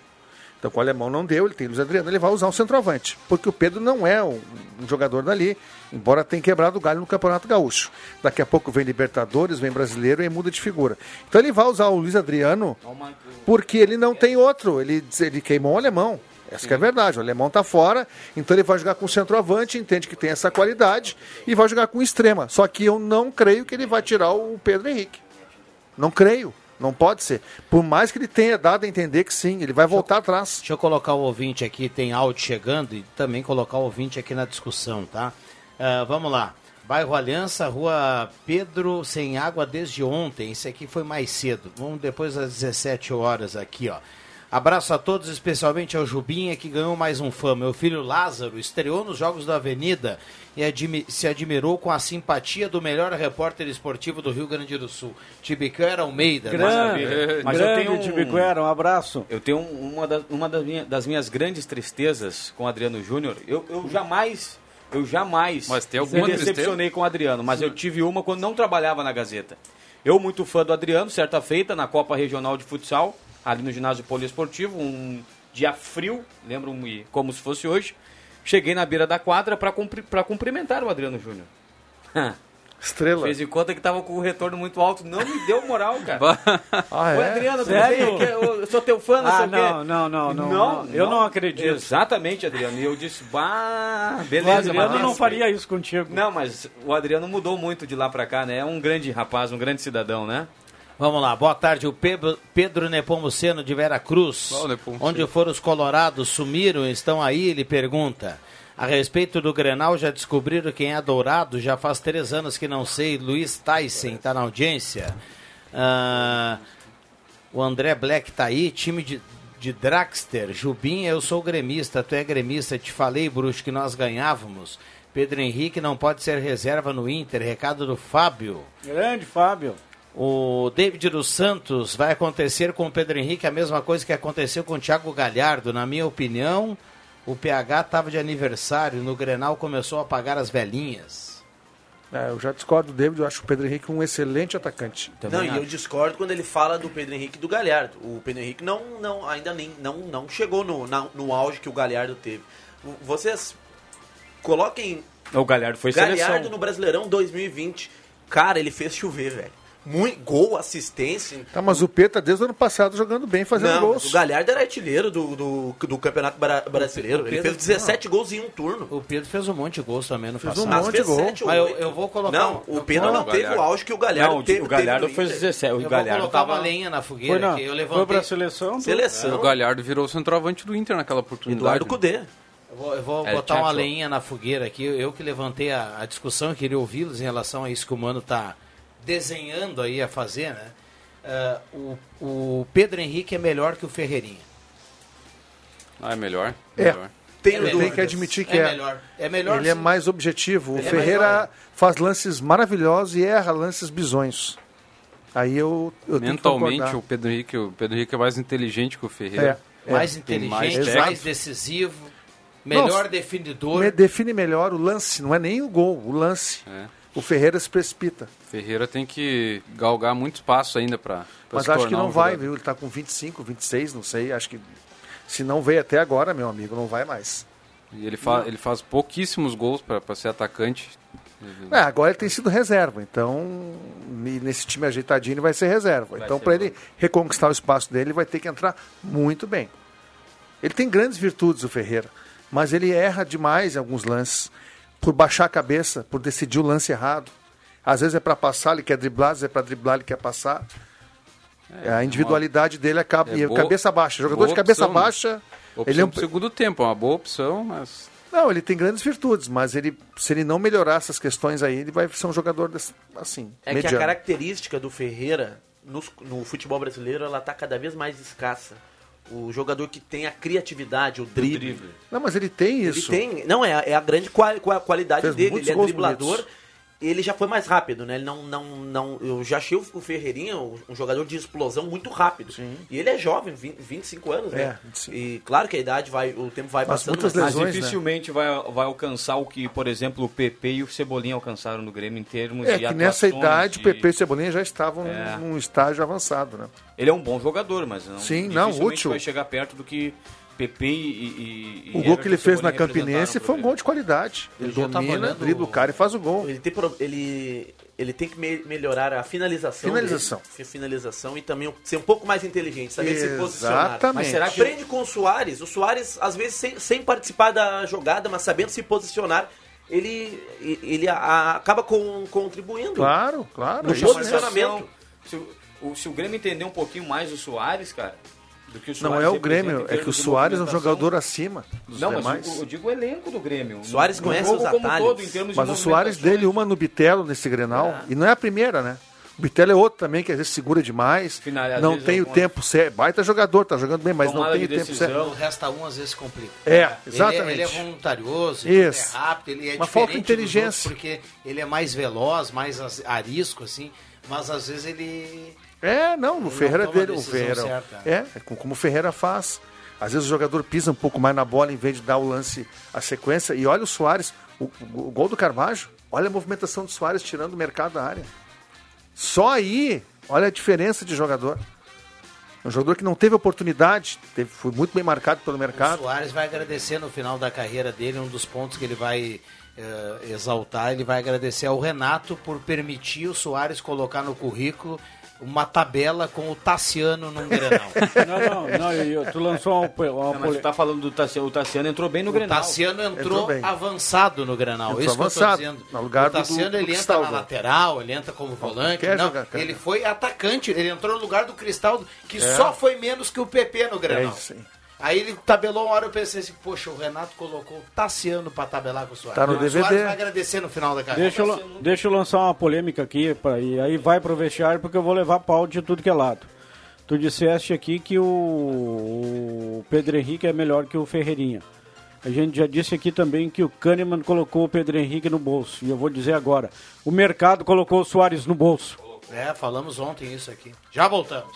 [SPEAKER 7] Então, com o alemão não deu, ele tem o Luiz Adriano, ele vai usar um centroavante. Porque o Pedro não é um, um jogador dali, embora tenha quebrado o galho no Campeonato Gaúcho. Daqui a pouco vem Libertadores, vem Brasileiro e muda de figura. Então ele vai usar o Luiz Adriano porque ele não tem outro. Ele, ele queimou o alemão. Essa que é a verdade. O alemão tá fora, então ele vai jogar com o centroavante, entende que tem essa qualidade e vai jogar com extrema. Só que eu não creio que ele vai tirar o Pedro Henrique. Não creio. Não pode ser. Por mais que ele tenha dado a entender que sim, ele vai voltar atrás.
[SPEAKER 3] Deixa eu colocar o ouvinte aqui, tem áudio chegando e também colocar o ouvinte aqui na discussão, tá? Ah, vamos lá. Bairro Aliança, Rua Pedro Sem Água desde ontem. Esse aqui foi mais cedo. Vamos depois às 17 horas aqui, ó. Abraço a todos, especialmente ao Jubinha, que ganhou mais um fã. Meu filho Lázaro estreou nos Jogos da Avenida e admi- se admirou com a simpatia do melhor repórter esportivo do Rio Grande do Sul. Tibicão era Almeida. né?
[SPEAKER 6] Grande,
[SPEAKER 8] Mas eu
[SPEAKER 6] grande
[SPEAKER 8] tenho um-
[SPEAKER 6] Tibiquera, um abraço.
[SPEAKER 8] Eu tenho um- uma, das, uma das, minha- das minhas grandes tristezas com o Adriano Júnior. Eu, eu jamais, eu jamais
[SPEAKER 5] Mas tem
[SPEAKER 8] me
[SPEAKER 5] alguma
[SPEAKER 8] decepcionei
[SPEAKER 5] tristeza?
[SPEAKER 8] com o Adriano, mas eu tive uma quando não trabalhava na Gazeta. Eu, muito fã do Adriano, certa feita, na Copa Regional de Futsal, ali no ginásio poliesportivo, um dia frio, lembro-me como se fosse hoje. Cheguei na beira da quadra para cumprimentar o Adriano Júnior.
[SPEAKER 7] Estrela.
[SPEAKER 8] Fez de conta que tava com o retorno muito alto. Não me deu moral, cara.
[SPEAKER 7] Ah,
[SPEAKER 8] Ô, Adriano, tudo
[SPEAKER 6] é? Sério?
[SPEAKER 8] bem? Que- Eu sou teu fã, não
[SPEAKER 6] Ah,
[SPEAKER 8] sei o quê.
[SPEAKER 6] não, não, não, não, não. Eu não acredito.
[SPEAKER 8] Exatamente, Adriano. E eu disse, bah, beleza.
[SPEAKER 6] o Adriano
[SPEAKER 8] mas-
[SPEAKER 6] não faria isso contigo.
[SPEAKER 8] Não, mas o Adriano mudou muito de lá pra cá, né? É um grande rapaz, um grande cidadão, né?
[SPEAKER 3] Vamos lá, boa tarde. O Pedro, Pedro Nepomuceno de Veracruz.
[SPEAKER 8] Qual Nepomuceno?
[SPEAKER 3] Onde foram os colorados, sumiram, estão aí? Ele pergunta. A respeito do Grenal, já descobriram quem é dourado? Já faz três anos que não sei. Luiz Tyson está na audiência. Ah, o André Black tá aí, time de, de Draxter. Jubim, eu sou gremista, tu é gremista. Te falei, Bruxo, que nós ganhávamos. Pedro Henrique não pode ser reserva no Inter. Recado do Fábio.
[SPEAKER 6] Grande, Fábio.
[SPEAKER 3] O David dos Santos vai acontecer com o Pedro Henrique a mesma coisa que aconteceu com o Thiago Galhardo. Na minha opinião, o PH estava de aniversário, no Grenal começou a apagar as velhinhas.
[SPEAKER 7] É, eu já discordo do David, eu acho o Pedro Henrique um excelente atacante.
[SPEAKER 11] não, e eu discordo quando ele fala do Pedro Henrique e do Galhardo. O Pedro Henrique não, não ainda nem não, não chegou no, na- no auge que o Galhardo teve. V- Vocês coloquem
[SPEAKER 8] O Galhardo
[SPEAKER 3] é
[SPEAKER 8] foi
[SPEAKER 11] Galhardo
[SPEAKER 8] seleção.
[SPEAKER 11] no Brasileirão 2020. Cara, ele fez chover, velho. Muito gol, assistência.
[SPEAKER 7] Tá, mas o P tá desde o ano passado jogando bem, fazendo
[SPEAKER 11] Não,
[SPEAKER 7] gols.
[SPEAKER 11] mas o Galhardo era artilheiro do, do, do Campeonato Bra- Brasileiro. Ele fez 17 gols em um turno.
[SPEAKER 3] O Pedro fez um monte de gols também no
[SPEAKER 11] Fez
[SPEAKER 3] passado.
[SPEAKER 11] um monte de gol.
[SPEAKER 3] Mas eu, eu vou colocar.
[SPEAKER 11] Não,
[SPEAKER 3] um-
[SPEAKER 11] o Pedro não, teve o auge que o Galhardo
[SPEAKER 8] Não, o
[SPEAKER 11] teve.
[SPEAKER 8] Galhardo
[SPEAKER 11] teve no
[SPEAKER 8] fez
[SPEAKER 11] Inter.
[SPEAKER 8] 17, o
[SPEAKER 3] Eu vou
[SPEAKER 8] Galhardo
[SPEAKER 3] colocar
[SPEAKER 8] tava-
[SPEAKER 3] uma lenha na fogueira
[SPEAKER 8] Foi não,
[SPEAKER 3] aqui. Eu
[SPEAKER 8] foi
[SPEAKER 3] levantei.
[SPEAKER 8] pra seleção, tudo. Seleção.
[SPEAKER 5] O Galhardo virou centroavante do Inter naquela oportunidade.
[SPEAKER 3] Eduardo
[SPEAKER 11] Cudê.
[SPEAKER 3] Eu vou, eu vou
[SPEAKER 5] É,
[SPEAKER 3] botar uma
[SPEAKER 5] Chacho.
[SPEAKER 3] lenha na fogueira aqui. Eu que levantei a, a discussão, eu queria ouvi-los em relação a isso que o Mano está desenhando aí a fazer, né? Ah, o, o Pedro Henrique é melhor que o Ferreirinha.
[SPEAKER 5] Ah, é melhor.
[SPEAKER 7] É.
[SPEAKER 5] melhor.
[SPEAKER 7] Tenho
[SPEAKER 3] melhor.
[SPEAKER 7] Tem que admitir que é.
[SPEAKER 3] melhor. É melhor
[SPEAKER 7] Ele é
[SPEAKER 3] sim.
[SPEAKER 7] mais objetivo. O
[SPEAKER 3] Ele é
[SPEAKER 7] Ferreira
[SPEAKER 3] melhor.
[SPEAKER 7] faz lances maravilhosos e erra lances bizonhos. Aí eu, eu tenho que
[SPEAKER 5] Mentalmente,
[SPEAKER 7] concordar.
[SPEAKER 5] o Pedro, Henrique, o Pedro Henrique é mais inteligente que o Ferreira.
[SPEAKER 7] É, é.
[SPEAKER 3] mais
[SPEAKER 5] Tem
[SPEAKER 3] inteligente, mais,
[SPEAKER 5] técnica.
[SPEAKER 3] decisivo, melhor
[SPEAKER 7] Não,
[SPEAKER 3] definidor.
[SPEAKER 7] me- define melhor o lance, não é nem o gol, o lance.
[SPEAKER 5] É.
[SPEAKER 7] O Ferreira se precipita.
[SPEAKER 5] Ferreira tem que galgar muito espaço ainda para
[SPEAKER 7] Mas acho
[SPEAKER 5] um
[SPEAKER 7] que não vai, viu? Ele tá com 25, 26, não sei. Acho que se não veio até agora, meu amigo, não vai mais.
[SPEAKER 5] E ele, fa ele faz pouquíssimos gols para ser atacante. Uhum.
[SPEAKER 7] É, agora ele tem sido reserva, então e nesse time ajeitadinho ele vai ser reserva.
[SPEAKER 5] Vai
[SPEAKER 7] então
[SPEAKER 5] ser
[SPEAKER 7] para ele reconquistar o espaço dele, ele vai ter que entrar muito bem. Ele tem grandes virtudes, o Ferreira, mas ele erra demais em alguns lances por baixar a cabeça, por decidir o lance errado. Às vezes é para passar, ele quer driblar, às vezes é para driblar, ele quer passar. a individualidade dele acaba
[SPEAKER 5] É
[SPEAKER 7] e
[SPEAKER 5] boa-
[SPEAKER 7] cabeça baixa, jogador de
[SPEAKER 5] boa
[SPEAKER 7] cabeça
[SPEAKER 5] opção, né?
[SPEAKER 7] baixa.
[SPEAKER 5] Opção
[SPEAKER 7] Ele é um,
[SPEAKER 5] pro segundo tempo, é uma boa opção, mas
[SPEAKER 7] não, ele tem grandes virtudes, mas ele, se ele não melhorar essas questões aí, ele vai ser um jogador desse- assim,
[SPEAKER 11] É que
[SPEAKER 7] mediano.
[SPEAKER 11] a característica do Ferreira nos- no futebol brasileiro ela tá cada vez mais escassa. O jogador que tem a criatividade, o drible.
[SPEAKER 7] Não, mas ele tem
[SPEAKER 11] Ele
[SPEAKER 7] isso.
[SPEAKER 11] tem, não é, é a grande quali- qua- qualidade
[SPEAKER 7] Fez
[SPEAKER 11] dele,
[SPEAKER 7] muitos
[SPEAKER 11] ele é
[SPEAKER 7] gols
[SPEAKER 11] driblador.
[SPEAKER 7] bonitos.
[SPEAKER 11] Ele já foi mais rápido, né? Ele não não não, eu já achei o o Ferreirinha um um jogador de explosão muito rápido. E ele é jovem, 20 25 anos, né?
[SPEAKER 8] É,
[SPEAKER 11] E claro que a idade vai, o tempo vai passando.
[SPEAKER 8] mas
[SPEAKER 7] né?
[SPEAKER 8] dificilmente vai, vai alcançar o que, por exemplo, o PP e o Cebolinha alcançaram no Grêmio em termos
[SPEAKER 7] É
[SPEAKER 8] de
[SPEAKER 7] que nessa
[SPEAKER 8] atuações,
[SPEAKER 7] idade
[SPEAKER 8] de-
[SPEAKER 7] o PP e o Cebolinha já estavam
[SPEAKER 8] É.
[SPEAKER 7] num estágio avançado, né?
[SPEAKER 8] Ele é um bom jogador, mas não,
[SPEAKER 7] Sim, não,
[SPEAKER 8] dificilmente
[SPEAKER 7] útil.
[SPEAKER 8] vai chegar perto do que PP e, e- e
[SPEAKER 7] O gol
[SPEAKER 8] Everton
[SPEAKER 7] que ele fez na
[SPEAKER 8] Cebolinha
[SPEAKER 7] Campinense foi um gol de qualidade. Ele
[SPEAKER 11] já tava
[SPEAKER 7] domina,
[SPEAKER 11] olhando
[SPEAKER 7] dribla o cara e faz o gol.
[SPEAKER 11] Ele tem, pro- ele, ele tem que me- melhorar a finalização.
[SPEAKER 7] Finalização.
[SPEAKER 11] dele. Fi- finalização e também ser um pouco mais inteligente, saber se posicionar.
[SPEAKER 7] Exatamente.
[SPEAKER 11] Mas será que aprende com o Soares? O Soares, às vezes, sem, sem participar da jogada, mas sabendo se posicionar, ele, e- ele a- a- acaba com, contribuindo.
[SPEAKER 7] Claro, claro.
[SPEAKER 11] No
[SPEAKER 8] isso é
[SPEAKER 11] posicionamento.
[SPEAKER 8] Se o, o- se o Grêmio entender um pouquinho mais o Soares, cara, do que o
[SPEAKER 7] Não
[SPEAKER 8] Soares
[SPEAKER 7] é o
[SPEAKER 8] representa em
[SPEAKER 7] Grêmio, é
[SPEAKER 8] termos
[SPEAKER 7] que o
[SPEAKER 8] de
[SPEAKER 7] Soares é um
[SPEAKER 8] movimentação.
[SPEAKER 7] jogador acima dos
[SPEAKER 8] Não,
[SPEAKER 7] demais.
[SPEAKER 8] mas eu, eu digo o elenco do Grêmio.
[SPEAKER 11] Soares
[SPEAKER 8] No
[SPEAKER 11] conhece
[SPEAKER 8] jogo
[SPEAKER 11] os
[SPEAKER 8] como um
[SPEAKER 11] atalhos.
[SPEAKER 8] todo, em termos
[SPEAKER 7] Mas
[SPEAKER 8] de
[SPEAKER 7] o Soares
[SPEAKER 8] movimentação.
[SPEAKER 7] dele uma no Bitelo nesse Grenal, e não é a primeira, né? O Bitelo é outro também, que às vezes segura demais.
[SPEAKER 8] Final, às
[SPEAKER 7] não
[SPEAKER 8] vezes
[SPEAKER 7] tem o
[SPEAKER 8] alguma-
[SPEAKER 7] tempo certo. Baita jogador, tá jogando bem, mas não
[SPEAKER 8] Tomada
[SPEAKER 7] tem o
[SPEAKER 8] de
[SPEAKER 7] tempo certo.
[SPEAKER 8] decisão.
[SPEAKER 3] O resta um às vezes complica.
[SPEAKER 7] É,
[SPEAKER 3] Ele é- Ele é,
[SPEAKER 7] exatamente.
[SPEAKER 3] voluntarioso, ele
[SPEAKER 7] Isso.
[SPEAKER 3] é rápido, ele é
[SPEAKER 7] Mas
[SPEAKER 3] diferente
[SPEAKER 7] falta
[SPEAKER 3] dos
[SPEAKER 7] inteligência.
[SPEAKER 3] outros, porque ele é mais veloz, mais as- arisco, assim, mas às vezes ele...
[SPEAKER 7] É, não, o
[SPEAKER 3] Não
[SPEAKER 7] Ferreira
[SPEAKER 3] toma a
[SPEAKER 7] dele, o
[SPEAKER 3] decisão
[SPEAKER 7] Ferreira.
[SPEAKER 3] certa. né?
[SPEAKER 7] É, é co- como o Ferreira faz. Às vezes o jogador pisa um pouco mais na bola em vez de dar o lance à sequência. E olha o Soares, o, o- o gol do Carvalho, olha a movimentação do Soares tirando o mercado da área. Só aí, olha a diferença de jogador. Um jogador que não teve oportunidade, teve- foi muito bem marcado pelo
[SPEAKER 3] O
[SPEAKER 8] Ah.
[SPEAKER 7] mercado.
[SPEAKER 3] Soares vai agradecer no final da carreira dele, um dos pontos que ele vai eh, exaltar, ele vai agradecer ao Renato por permitir o Soares colocar no currículo uma tabela com o Tassiano num Grenal.
[SPEAKER 6] Não, não, não, eu- eu- tu lançou uma, uma
[SPEAKER 8] Não, mas tu tá falando do Tassiano, o Tassiano entrou bem no
[SPEAKER 3] o
[SPEAKER 8] Grenal.
[SPEAKER 3] Tassiano entrou, avançado no Granal.
[SPEAKER 8] Entrou
[SPEAKER 3] isso
[SPEAKER 8] avançado,
[SPEAKER 3] que eu tô dizendo.
[SPEAKER 8] no lugar
[SPEAKER 3] o
[SPEAKER 8] do-
[SPEAKER 3] Tassiano
[SPEAKER 8] do
[SPEAKER 3] ele
[SPEAKER 8] Cristaldo.
[SPEAKER 3] entra na lateral, ele entra como volante.
[SPEAKER 8] quer
[SPEAKER 3] Não,
[SPEAKER 8] jogar, cara.
[SPEAKER 3] ele foi atacante, ele entrou no lugar do Cristaldo, que
[SPEAKER 7] É.
[SPEAKER 3] só foi menos que o PP no Granal.
[SPEAKER 7] É isso aí.
[SPEAKER 3] Aí ele tabelou uma hora eu pensei assim, poxa, o Renato colocou o Tassiano pra tabelar com o Soares.
[SPEAKER 6] Tá no
[SPEAKER 3] O Soares
[SPEAKER 6] DVD.
[SPEAKER 3] vai agradecer no final da carreira.
[SPEAKER 6] Deixa eu, lan- deixa eu lançar uma polêmica aqui, pra, e aí vai pro vestiário porque eu vou levar pau de tudo que é lado. Tu disseste aqui que o, o Pedro Henrique é melhor que o Ferreirinha. A gente já disse aqui também que o Kahneman colocou o Pedro Henrique no bolso. E eu vou dizer agora: o mercado colocou o Soares no bolso.
[SPEAKER 3] É, falamos ontem isso aqui. Já voltamos.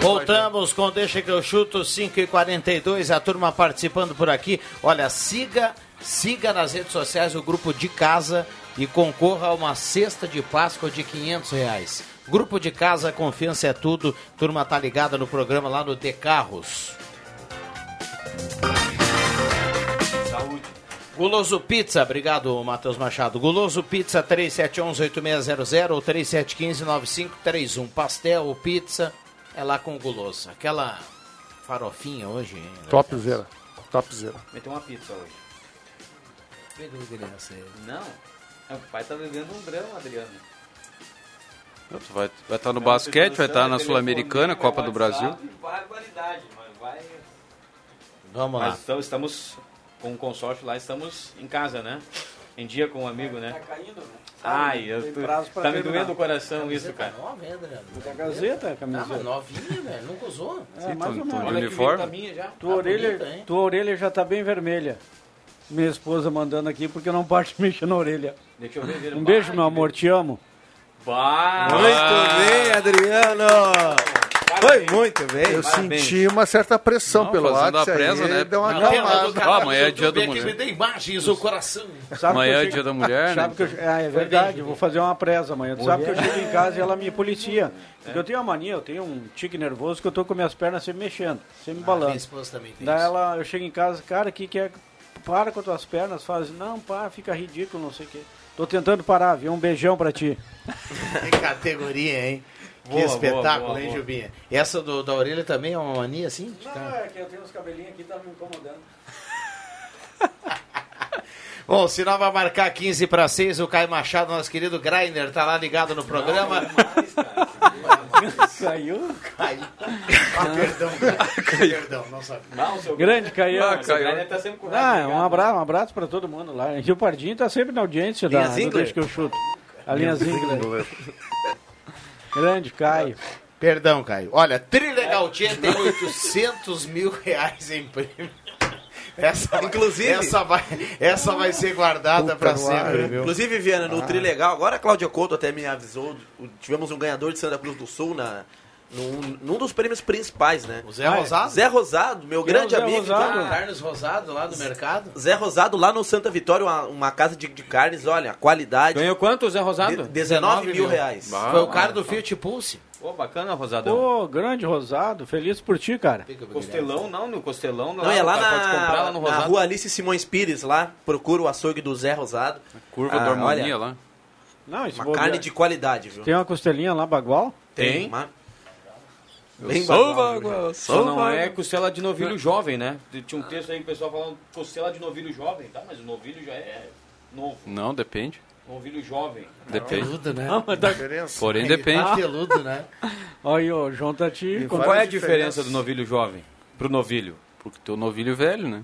[SPEAKER 3] Voltamos com Deixa que eu chuto 5h42, a turma participando por aqui. Olha, siga, siga nas redes sociais o grupo de casa e concorra a uma cesta de Páscoa de 500 reais. Grupo de casa, confiança é tudo. Turma tá ligada no programa lá no De Carros. Guloso Pizza, obrigado Matheus Machado. Guloso Pizza 3711-8600 ou 3715-9531. Pastel ou pizza é lá com o Guloso. Aquela farofinha hoje. hein, né?
[SPEAKER 7] Topzera. Topzera.
[SPEAKER 8] Meteu uma pizza hoje. Não. O pai tá vivendo um drama, Adriano.
[SPEAKER 5] Tu Vai estar no basquete, vai estar na
[SPEAKER 8] é
[SPEAKER 5] Sul-Americana, Copa do Brasil.
[SPEAKER 8] Barbaridade, mano. Vai...
[SPEAKER 3] Vamos
[SPEAKER 8] Mas
[SPEAKER 3] lá.
[SPEAKER 8] então estamos com o consórcio lá, estamos em casa, né? Em dia com um amigo, né? Tá caindo, né? Ai, eu
[SPEAKER 6] Tem
[SPEAKER 8] tô-
[SPEAKER 6] prazo pra
[SPEAKER 8] tá me
[SPEAKER 6] terminar.
[SPEAKER 8] doendo o coração
[SPEAKER 6] Camiseta
[SPEAKER 8] isso, cara.
[SPEAKER 3] Nova, hein, Adriano?
[SPEAKER 6] Da Gazeta,
[SPEAKER 3] Ah,
[SPEAKER 6] camiseta.
[SPEAKER 3] mas novinha, velho. Nunca usou?
[SPEAKER 6] É, mais ou menos.
[SPEAKER 8] Olha que uniforme. veio da minha já.
[SPEAKER 6] Tua,
[SPEAKER 8] Tá
[SPEAKER 6] orelha,
[SPEAKER 8] bonita, hein?
[SPEAKER 6] tua orelha já tá bem vermelha. Minha esposa mandando aqui porque não parte mexer na orelha.
[SPEAKER 8] Deixa eu ver, ver.
[SPEAKER 6] Um beijo, meu amor, te amo.
[SPEAKER 8] Bah!
[SPEAKER 15] Muito bem, Adriano! Foi muito bem.
[SPEAKER 7] Eu senti uma certa pressão pelo
[SPEAKER 5] fazendo a
[SPEAKER 7] WhatsApp.
[SPEAKER 5] presa,
[SPEAKER 7] aí,
[SPEAKER 5] né?
[SPEAKER 7] Deu uma
[SPEAKER 5] Não,
[SPEAKER 7] acalmada.
[SPEAKER 5] pelo Ah, amanhã é dia do
[SPEAKER 3] Que me
[SPEAKER 5] mulher.
[SPEAKER 3] dê imagens, o coração.
[SPEAKER 5] Amanhã
[SPEAKER 6] que
[SPEAKER 5] é
[SPEAKER 6] eu
[SPEAKER 5] dia
[SPEAKER 6] chego-
[SPEAKER 5] da mulher,
[SPEAKER 6] Sabe
[SPEAKER 5] né?
[SPEAKER 6] que eu che- Ah, é verdade, eu vou fazer uma presa amanhã. é Tu sabe que eu chego em casa e ela me policia.
[SPEAKER 3] É.
[SPEAKER 6] Porque eu tenho uma mania, eu tenho um tique nervoso que eu tô com minhas pernas sempre mexendo, sempre balando.
[SPEAKER 3] minha esposa também tem
[SPEAKER 5] é
[SPEAKER 6] Daí
[SPEAKER 3] isso.
[SPEAKER 6] ela, eu chego em casa, cara, o que que é? Para com as tuas pernas, faz, não, pá, fica ridículo, não sei o quê. Tô tentando parar, viu? Um beijão pra ti.
[SPEAKER 3] Que categoria, hein?
[SPEAKER 6] Boa,
[SPEAKER 3] que
[SPEAKER 6] boa,
[SPEAKER 3] espetáculo,
[SPEAKER 6] boa,
[SPEAKER 3] hein,
[SPEAKER 6] boa.
[SPEAKER 3] Jubinha? Essa do, da orelha também é uma mania, assim? Tá.
[SPEAKER 6] é que eu tenho os cabelinhos aqui, tá me incomodando.
[SPEAKER 3] Bom, o sinal vai marcar 15 para 6. O Caio Machado, nosso querido Greiner, tá lá ligado no programa.
[SPEAKER 6] Saiu?
[SPEAKER 3] Caiu. Ah, perdão, cara. Perdão, não sabia.
[SPEAKER 6] Grande Caião.
[SPEAKER 3] Ah, Caião. Caião tá sempre com o rádio
[SPEAKER 6] Ah, um abraço, um abraço pra todo mundo lá. Rio Pardinho tá sempre na audiência da,
[SPEAKER 15] Linha
[SPEAKER 6] do
[SPEAKER 15] Zingler?
[SPEAKER 6] Deixa que eu chuto. A linha Zingler. Grande Caio.
[SPEAKER 3] Perdão, Caio. Olha, Trilegal Tia tem 800 mil reais em prêmio. Essa,
[SPEAKER 11] Inclusive-
[SPEAKER 3] essa vai, essa vai ser guardada para sempre, viu?
[SPEAKER 11] Inclusive, Viana, no
[SPEAKER 3] Ah.
[SPEAKER 11] Trilegal, agora a Cláudia Couto até me avisou, o- tivemos um ganhador de Santa Cruz do Sul na, num, num dos prêmios principais, né? O
[SPEAKER 3] Zé Rosado?
[SPEAKER 11] Zé Rosado, meu grande amigo. tá?
[SPEAKER 3] Ah, Carlos Rosado lá do mercado.
[SPEAKER 11] Zé Rosado lá no Santa Vitória, uma, uma casa de, de carnes, olha, a qualidade.
[SPEAKER 8] Ganhou quanto, Zé Rosado?
[SPEAKER 11] De- 19 mil reais.
[SPEAKER 3] Foi o cara do Fiat Pulse.
[SPEAKER 8] Pô, bacana, Rosadão.
[SPEAKER 6] Ô, grande Rosado, feliz por ti, cara.
[SPEAKER 8] Costelão, não, no Costelão.
[SPEAKER 11] Não, é lá,
[SPEAKER 8] Ah, cara, pode comprar
[SPEAKER 11] na,
[SPEAKER 8] lá no
[SPEAKER 11] na
[SPEAKER 8] Rosado.
[SPEAKER 11] rua Alice Simões Pires, lá, procura o açougue do Zé Rosado. Ah,
[SPEAKER 5] Curva
[SPEAKER 8] Ah,
[SPEAKER 5] da harmonia Ah, lá.
[SPEAKER 6] Não, isso
[SPEAKER 11] Uma
[SPEAKER 6] bobear.
[SPEAKER 11] carne de qualidade, viu?
[SPEAKER 6] Tem uma costelinha lá, bagual?
[SPEAKER 11] Tem. uma-
[SPEAKER 8] Eu
[SPEAKER 11] Bem
[SPEAKER 8] sou
[SPEAKER 11] bagual,
[SPEAKER 8] bagual,
[SPEAKER 11] viu?
[SPEAKER 8] Só não é costela de novilho jovem, né? Tinha um texto aí que o pessoal falando costela de novilho jovem, tá? Mas o novilho já é novo.
[SPEAKER 5] Não, depende.
[SPEAKER 8] Novilho jovem.
[SPEAKER 5] Depende.
[SPEAKER 3] Peludo, né?
[SPEAKER 6] Não, mas tá-
[SPEAKER 5] Porém, depende.
[SPEAKER 8] Ah.
[SPEAKER 3] Peludo, né?
[SPEAKER 6] Olha aí, ô, o João tá te...
[SPEAKER 5] qual
[SPEAKER 8] Qual é a
[SPEAKER 5] diferenças.
[SPEAKER 8] diferença do novilho jovem pro novilho?
[SPEAKER 5] Porque tem o novilho velho, né?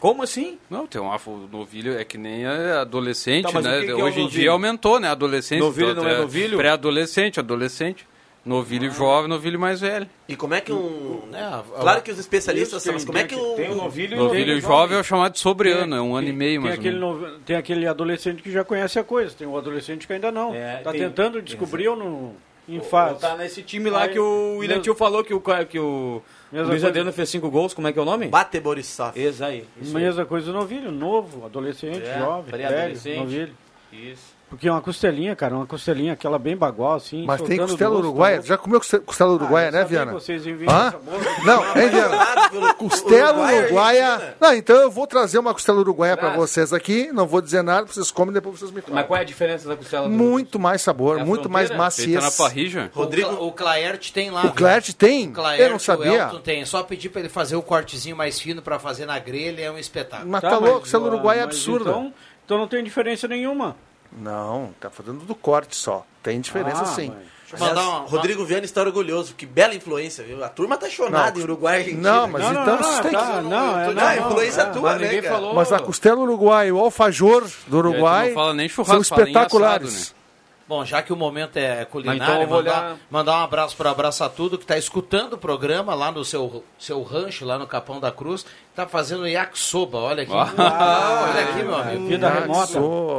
[SPEAKER 8] Como assim?
[SPEAKER 5] Não, tem um afo- o novilho é que nem a adolescente,
[SPEAKER 8] Tá, mas o
[SPEAKER 5] né?
[SPEAKER 8] que que é o
[SPEAKER 5] Hoje em
[SPEAKER 8] novilho?
[SPEAKER 5] dia aumentou, né? Adolescente.
[SPEAKER 8] Novilho Ah. não é
[SPEAKER 5] novilho? Pré-adolescente, adolescente. Novilho jovem, novilho mais velho.
[SPEAKER 11] E como é que um.
[SPEAKER 5] a-
[SPEAKER 11] claro que os especialistas
[SPEAKER 5] Isso,
[SPEAKER 11] são, mas
[SPEAKER 5] tem-
[SPEAKER 11] como é que um.
[SPEAKER 8] Tem o novilho,
[SPEAKER 5] Novilho jovem é o chamado de sobreano, é um ano e meio
[SPEAKER 6] Tem
[SPEAKER 5] mais ou
[SPEAKER 6] aquele,
[SPEAKER 5] menos.
[SPEAKER 6] novo- tem aquele adolescente que já conhece a coisa, tem o adolescente que ainda não.
[SPEAKER 8] É,
[SPEAKER 6] tá
[SPEAKER 8] tem-
[SPEAKER 6] tentando descobrir ou não... Em fase.
[SPEAKER 8] Tá nesse time lá
[SPEAKER 6] Aí-
[SPEAKER 8] que o William
[SPEAKER 6] Mesmo-
[SPEAKER 8] Tio falou que o, ca- que o
[SPEAKER 6] Mesma
[SPEAKER 8] Luiz
[SPEAKER 6] coisa.
[SPEAKER 8] Adriano fez cinco gols, como é que é o nome?
[SPEAKER 11] Bate Borisov.
[SPEAKER 8] Isso aí. isso aí.
[SPEAKER 6] Mesma coisa do novilho, novo, adolescente,
[SPEAKER 8] É,
[SPEAKER 6] jovem, velho,
[SPEAKER 8] pré-adolescente.
[SPEAKER 6] novilho.
[SPEAKER 8] Isso.
[SPEAKER 6] Porque é uma costelinha, cara, uma costelinha, aquela bem bagual, assim.
[SPEAKER 7] Mas tem
[SPEAKER 6] soltando
[SPEAKER 7] costela
[SPEAKER 6] do osso,
[SPEAKER 7] uruguaia?
[SPEAKER 5] né?
[SPEAKER 6] tá?
[SPEAKER 7] Já comeu coste- costela uruguaia,
[SPEAKER 6] eu
[SPEAKER 7] né,
[SPEAKER 6] sabia
[SPEAKER 7] Viana?
[SPEAKER 6] que vocês iam vir com
[SPEAKER 7] Hã?
[SPEAKER 6] essa boca.
[SPEAKER 7] Não, hein,
[SPEAKER 6] pelo
[SPEAKER 7] Viana? Costela
[SPEAKER 6] Uruguai,
[SPEAKER 7] uruguaia. Não, então eu vou trazer uma costela uruguaia pra
[SPEAKER 8] Ah.
[SPEAKER 7] vocês aqui. Não vou dizer nada, vocês comem depois vocês me
[SPEAKER 8] Mas
[SPEAKER 7] falam.
[SPEAKER 8] qual é a diferença da costela do
[SPEAKER 7] Muito mais sabor,
[SPEAKER 8] É a
[SPEAKER 7] muito mais
[SPEAKER 8] fronteira?
[SPEAKER 7] maciez.
[SPEAKER 8] Feita na parrilla?
[SPEAKER 3] Rodrigo... O Claert tem lá. né?
[SPEAKER 7] O Claert tem?
[SPEAKER 3] O Claert,
[SPEAKER 7] Eu não sabia.
[SPEAKER 3] O Elton tem. É Só pedir pra ele fazer o cortezinho mais fino pra fazer na grelha é um espetáculo.
[SPEAKER 7] Mas tá, louco, costela uruguaia é absurda.
[SPEAKER 6] então- então não tem diferença nenhuma.
[SPEAKER 7] Não, tá falando do corte só. Tem diferença
[SPEAKER 11] Ah,
[SPEAKER 7] sim.
[SPEAKER 11] mas- Aliás,
[SPEAKER 3] mandar uma-
[SPEAKER 11] Rodrigo Viana está orgulhoso. Que bela influência, viu? A turma tá chonada
[SPEAKER 7] Não.
[SPEAKER 11] em Uruguai. e Argentina.
[SPEAKER 7] Não, mas Não, não, então não, vocês têm tá, que-
[SPEAKER 6] não, é-
[SPEAKER 11] Ah,
[SPEAKER 6] não,
[SPEAKER 11] influência
[SPEAKER 6] não,
[SPEAKER 11] tua,
[SPEAKER 6] mas
[SPEAKER 11] né,
[SPEAKER 6] ninguém
[SPEAKER 11] cara?
[SPEAKER 6] falou.
[SPEAKER 7] Mas a costela uruguaia, o alfajor do Uruguai
[SPEAKER 5] É, não fala nem né?
[SPEAKER 7] são
[SPEAKER 5] churrasco, fala em
[SPEAKER 7] espetaculares.
[SPEAKER 3] Bom, já que o momento é culinário,
[SPEAKER 7] Mas então eu vou
[SPEAKER 3] mandar,
[SPEAKER 7] olhar-
[SPEAKER 3] mandar um abraço para Abraça Tudo, que está escutando o programa lá no seu, seu rancho, lá no Capão da Cruz, está fazendo yakisoba, olha aqui. olha aqui, meu amigo.
[SPEAKER 5] né? Tá,
[SPEAKER 7] Ah,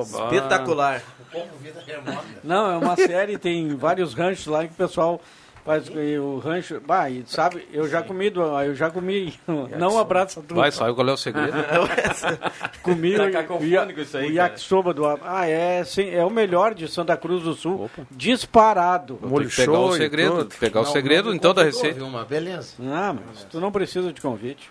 [SPEAKER 11] Espetacular.
[SPEAKER 6] Não, é uma série, tem vários ranchos lá que o pessoal faz e o rancho. Bah, e sabe, eu já comi, do- eu já comi. Não abraça tudo.
[SPEAKER 5] Vai, sabe qual é o segredo?
[SPEAKER 6] Comi
[SPEAKER 5] Tá
[SPEAKER 6] o-
[SPEAKER 5] cacofônico isso aí,
[SPEAKER 6] o
[SPEAKER 5] cara.
[SPEAKER 6] yakisoba do Ah, é, sim, é o melhor de Santa Cruz do Sul, disparado.
[SPEAKER 5] Tem que pegar o segredo, pegar o segredo então da receita.
[SPEAKER 3] Uma beleza.
[SPEAKER 6] Ah, mas tu não precisa de convite.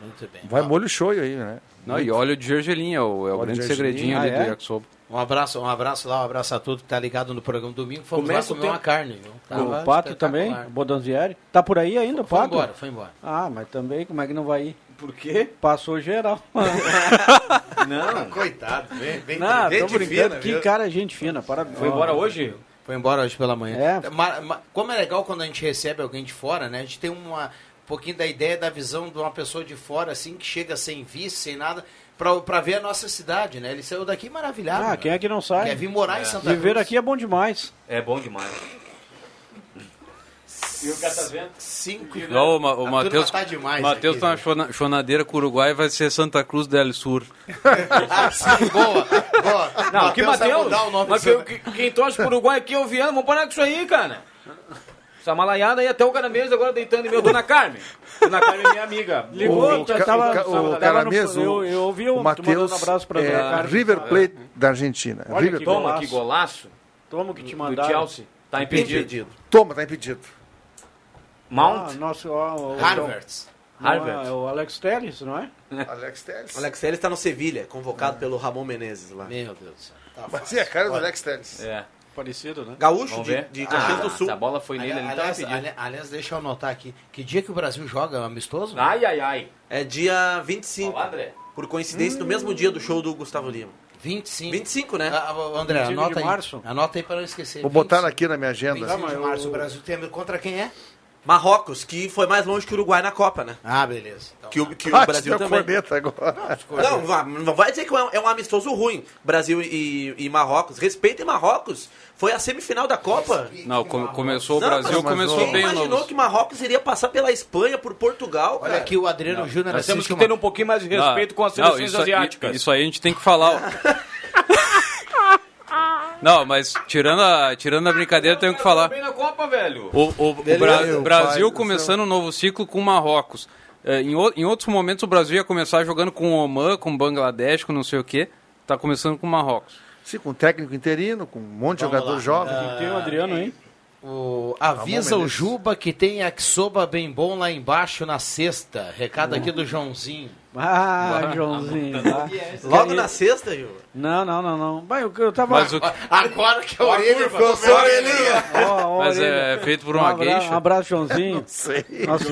[SPEAKER 3] Muito bem.
[SPEAKER 7] Vai molho shoyu aí, né?
[SPEAKER 5] Não, e óleo de gergelim é o, é o
[SPEAKER 3] Óleo
[SPEAKER 5] grande
[SPEAKER 3] de
[SPEAKER 5] segredinho
[SPEAKER 3] gergelim.
[SPEAKER 5] ali
[SPEAKER 3] Ah,
[SPEAKER 5] do
[SPEAKER 3] é?
[SPEAKER 5] yakisoba.
[SPEAKER 3] Um abraço, um abraço lá, um abraço a tudo que tá ligado no programa domingo. Fomos
[SPEAKER 6] Começa
[SPEAKER 3] lá comer
[SPEAKER 6] o tempo.
[SPEAKER 3] uma carne, viu? Tava
[SPEAKER 6] o Pato também,
[SPEAKER 3] espetacular.
[SPEAKER 6] o Bodonzieri. Tá por aí ainda, o
[SPEAKER 3] Foi
[SPEAKER 6] Pato?
[SPEAKER 3] embora, foi embora.
[SPEAKER 6] Ah, mas também, como é que não vai ir?
[SPEAKER 3] Por quê?
[SPEAKER 6] Passou geral.
[SPEAKER 3] Não, Ah, coitado,
[SPEAKER 11] vem,
[SPEAKER 3] vem.
[SPEAKER 6] não,
[SPEAKER 3] gente
[SPEAKER 6] Ah, tô brincando.
[SPEAKER 3] fina,
[SPEAKER 6] que
[SPEAKER 3] viu?
[SPEAKER 6] cara gente fina, parabéns.
[SPEAKER 3] Foi embora hoje? Foi embora hoje pela
[SPEAKER 6] manhã. É.
[SPEAKER 3] Ma- ma- como é legal quando a gente recebe alguém de fora, né? A gente tem uma um pouquinho da ideia da visão de uma pessoa de fora, assim, que chega sem visto, sem nada, pra, pra ver a nossa cidade, né? Ele saiu daqui maravilhado.
[SPEAKER 6] Ah,
[SPEAKER 3] né?
[SPEAKER 6] quem é que não sai?
[SPEAKER 3] Quer vir morar
[SPEAKER 11] Então
[SPEAKER 3] em Santa
[SPEAKER 6] Viver
[SPEAKER 3] Cruz.
[SPEAKER 6] aqui é bom demais.
[SPEAKER 5] É bom demais.
[SPEAKER 3] E o catavento? Cinco.
[SPEAKER 5] Não, o, Ma-
[SPEAKER 3] A
[SPEAKER 5] o
[SPEAKER 3] turma
[SPEAKER 5] Matheus
[SPEAKER 3] tá demais
[SPEAKER 5] Matheus
[SPEAKER 3] aqui,
[SPEAKER 5] tá na chona- chonadeira com o Uruguai vai ser Santa Cruz del Sur.
[SPEAKER 3] boa, boa.
[SPEAKER 16] Não, que
[SPEAKER 3] Matheus vai
[SPEAKER 16] Matheus?
[SPEAKER 3] mudar o nome
[SPEAKER 16] Mas
[SPEAKER 3] do-
[SPEAKER 16] que- que- quem torce pro Uruguai aqui é o Viano. Vamos parar com isso aí, cara. Essa malaiada aí, até o Caramês agora deitando em meu. Dona Carmen. Dona Carmen é minha amiga.
[SPEAKER 6] Ligou,
[SPEAKER 16] Ouvinte.
[SPEAKER 6] tá- tava-
[SPEAKER 16] Ca-
[SPEAKER 6] tava-
[SPEAKER 7] O
[SPEAKER 6] tava
[SPEAKER 7] cara
[SPEAKER 6] no-
[SPEAKER 7] mesmo,
[SPEAKER 6] eu, eu ouvi um,
[SPEAKER 7] o Matheus,
[SPEAKER 6] um abraço pra
[SPEAKER 7] é,
[SPEAKER 6] Dona Carmen.
[SPEAKER 7] River Plate da Argentina.
[SPEAKER 6] Olha
[SPEAKER 7] River
[SPEAKER 6] que
[SPEAKER 7] Plate.
[SPEAKER 16] Toma, que golaço.
[SPEAKER 6] Toma o que te
[SPEAKER 16] Do
[SPEAKER 6] mandaram.
[SPEAKER 16] Chelsea. Tá impedido.
[SPEAKER 7] Toma, tá impedido.
[SPEAKER 6] Mount? Ah, nosso, ó, o-
[SPEAKER 11] Harvards.
[SPEAKER 6] Não,
[SPEAKER 11] Harvards.
[SPEAKER 6] É o Alex Telles, não é?
[SPEAKER 7] Alex Telles.
[SPEAKER 11] Alex Telles está tá no Sevilha,
[SPEAKER 3] É.
[SPEAKER 11] convocado pelo Ramon Menezes lá.
[SPEAKER 3] Meu Deus do céu.
[SPEAKER 7] Mas e a cara do Alex Telles?
[SPEAKER 16] É.
[SPEAKER 6] Parecido, né?
[SPEAKER 11] Gaúcho
[SPEAKER 3] Vamos
[SPEAKER 11] de,
[SPEAKER 3] ver?
[SPEAKER 11] de Caxias
[SPEAKER 3] Ah,
[SPEAKER 11] do Sul.
[SPEAKER 3] se
[SPEAKER 8] tá
[SPEAKER 3] a
[SPEAKER 16] bola foi
[SPEAKER 3] aliás, ali- aliás, deixa eu anotar aqui. Que dia que o Brasil joga? É um amistoso?
[SPEAKER 16] Ai, ai, ai.
[SPEAKER 11] É dia 25. Por coincidência, no mesmo dia do show do Gustavo Lima.
[SPEAKER 3] 25.
[SPEAKER 11] 25, né?
[SPEAKER 3] Ah. André,
[SPEAKER 11] 25
[SPEAKER 3] anota aí.
[SPEAKER 11] de março?
[SPEAKER 3] Anota aí para não esquecer.
[SPEAKER 7] Vou botar aqui na minha agenda.
[SPEAKER 6] Tá,
[SPEAKER 10] Tá,
[SPEAKER 3] 25 de março, o Brasil tem contra quem é?
[SPEAKER 11] Marrocos, que foi mais longe que o Uruguai na Copa, né?
[SPEAKER 3] Ah, beleza.
[SPEAKER 11] que o, que o
[SPEAKER 7] Ah,
[SPEAKER 11] Brasil
[SPEAKER 7] tinha
[SPEAKER 11] também.
[SPEAKER 7] corneta agora.
[SPEAKER 11] Não, vá- não vai dizer que é um- é um amistoso ruim. Brasil e, e Marrocos. Respeitem Marrocos. Foi a semifinal da Copa.
[SPEAKER 5] Não, come- começou o
[SPEAKER 11] Não,
[SPEAKER 5] Brasil,
[SPEAKER 11] mas
[SPEAKER 5] começou
[SPEAKER 11] quem
[SPEAKER 5] bem o
[SPEAKER 11] imaginou
[SPEAKER 5] novo.
[SPEAKER 11] que Marrocos iria passar pela Espanha, por Portugal,
[SPEAKER 3] Olha
[SPEAKER 11] cara?
[SPEAKER 3] aqui o Adriano Júnior
[SPEAKER 16] Nós temos
[SPEAKER 3] assiste
[SPEAKER 16] que
[SPEAKER 3] uma-
[SPEAKER 16] ter um pouquinho mais de respeito com as
[SPEAKER 5] Não,
[SPEAKER 16] seleções
[SPEAKER 5] isso aí-
[SPEAKER 16] asiáticas.
[SPEAKER 5] Isso aí a gente tem que falar. ó. Não, mas tirando a, tirando a brincadeira, tenho que falar.
[SPEAKER 16] Tá Bem na Copa, velho.
[SPEAKER 5] O, o- o
[SPEAKER 16] Beleza.
[SPEAKER 5] Bra-
[SPEAKER 16] Meu
[SPEAKER 5] Brasil
[SPEAKER 16] pai do
[SPEAKER 5] começando um novo ciclo com Marrocos. É, em, o- em outros momentos o Brasil ia começar jogando com o Oman, com o Bangladesh, com não sei o quê. Tá começando com o Marrocos.
[SPEAKER 7] Sim, com técnico interino, com um monte de
[SPEAKER 3] Vamos
[SPEAKER 7] jogador
[SPEAKER 3] lá.
[SPEAKER 7] jovem.
[SPEAKER 3] Ah,
[SPEAKER 6] Tem o Adriano, hein?
[SPEAKER 3] O- avisa
[SPEAKER 7] Ramon
[SPEAKER 3] o
[SPEAKER 7] Menezes.
[SPEAKER 3] Juba que tem Aksoba bem bom lá embaixo na sexta. Recado aqui do Joãozinho. é
[SPEAKER 6] Ah, Joãozinho. tá.
[SPEAKER 11] Logo na sexta, Gil.
[SPEAKER 6] Não, não, não, não. Vai, eu, eu tava.
[SPEAKER 5] Mas o-
[SPEAKER 3] Agora que a orelha
[SPEAKER 11] ficou sem orelhinha.
[SPEAKER 6] Ó, ó,
[SPEAKER 5] Mas
[SPEAKER 6] orelha.
[SPEAKER 5] é feito por uma
[SPEAKER 6] um abra-
[SPEAKER 5] geisha.
[SPEAKER 6] Um abraço, Joãozinho.
[SPEAKER 7] Não sei.
[SPEAKER 6] Nossa,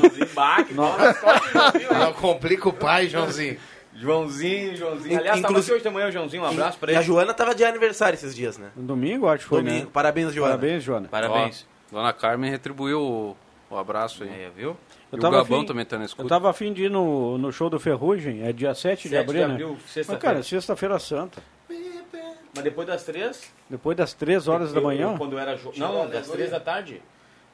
[SPEAKER 3] Não complica o pai, Joãozinho.
[SPEAKER 16] Joãozinho, Joãozinho.
[SPEAKER 11] In-
[SPEAKER 16] Aliás, tava aqui
[SPEAKER 11] inclusive-
[SPEAKER 16] hoje de manhã, o Joãozinho. Um abraço pra
[SPEAKER 11] E
[SPEAKER 16] ele.
[SPEAKER 11] a Joana tava de aniversário esses dias, né?
[SPEAKER 6] domingo, acho que foi.
[SPEAKER 11] Domingo.
[SPEAKER 6] Né?
[SPEAKER 11] Parabéns, Joana.
[SPEAKER 6] Parabéns, Joana.
[SPEAKER 5] Parabéns. Dona Carmen retribuiu o, o abraço aí. viu? E
[SPEAKER 6] Eu
[SPEAKER 5] o
[SPEAKER 6] tava
[SPEAKER 5] Gabão
[SPEAKER 6] afim-
[SPEAKER 5] também tá na
[SPEAKER 6] Eu
[SPEAKER 5] escuta.
[SPEAKER 6] tava afim de ir no, no show do Ferrugem, é dia 7
[SPEAKER 16] 7
[SPEAKER 6] de
[SPEAKER 16] de
[SPEAKER 6] abril, né?
[SPEAKER 16] abril, sexta-feira.
[SPEAKER 6] Mas, cara, sexta-feira santa.
[SPEAKER 16] Mas depois das três...
[SPEAKER 6] Depois das 3 horas da
[SPEAKER 16] eu-
[SPEAKER 6] manhã.
[SPEAKER 16] eu quando era jo... Não, não, das três da tarde.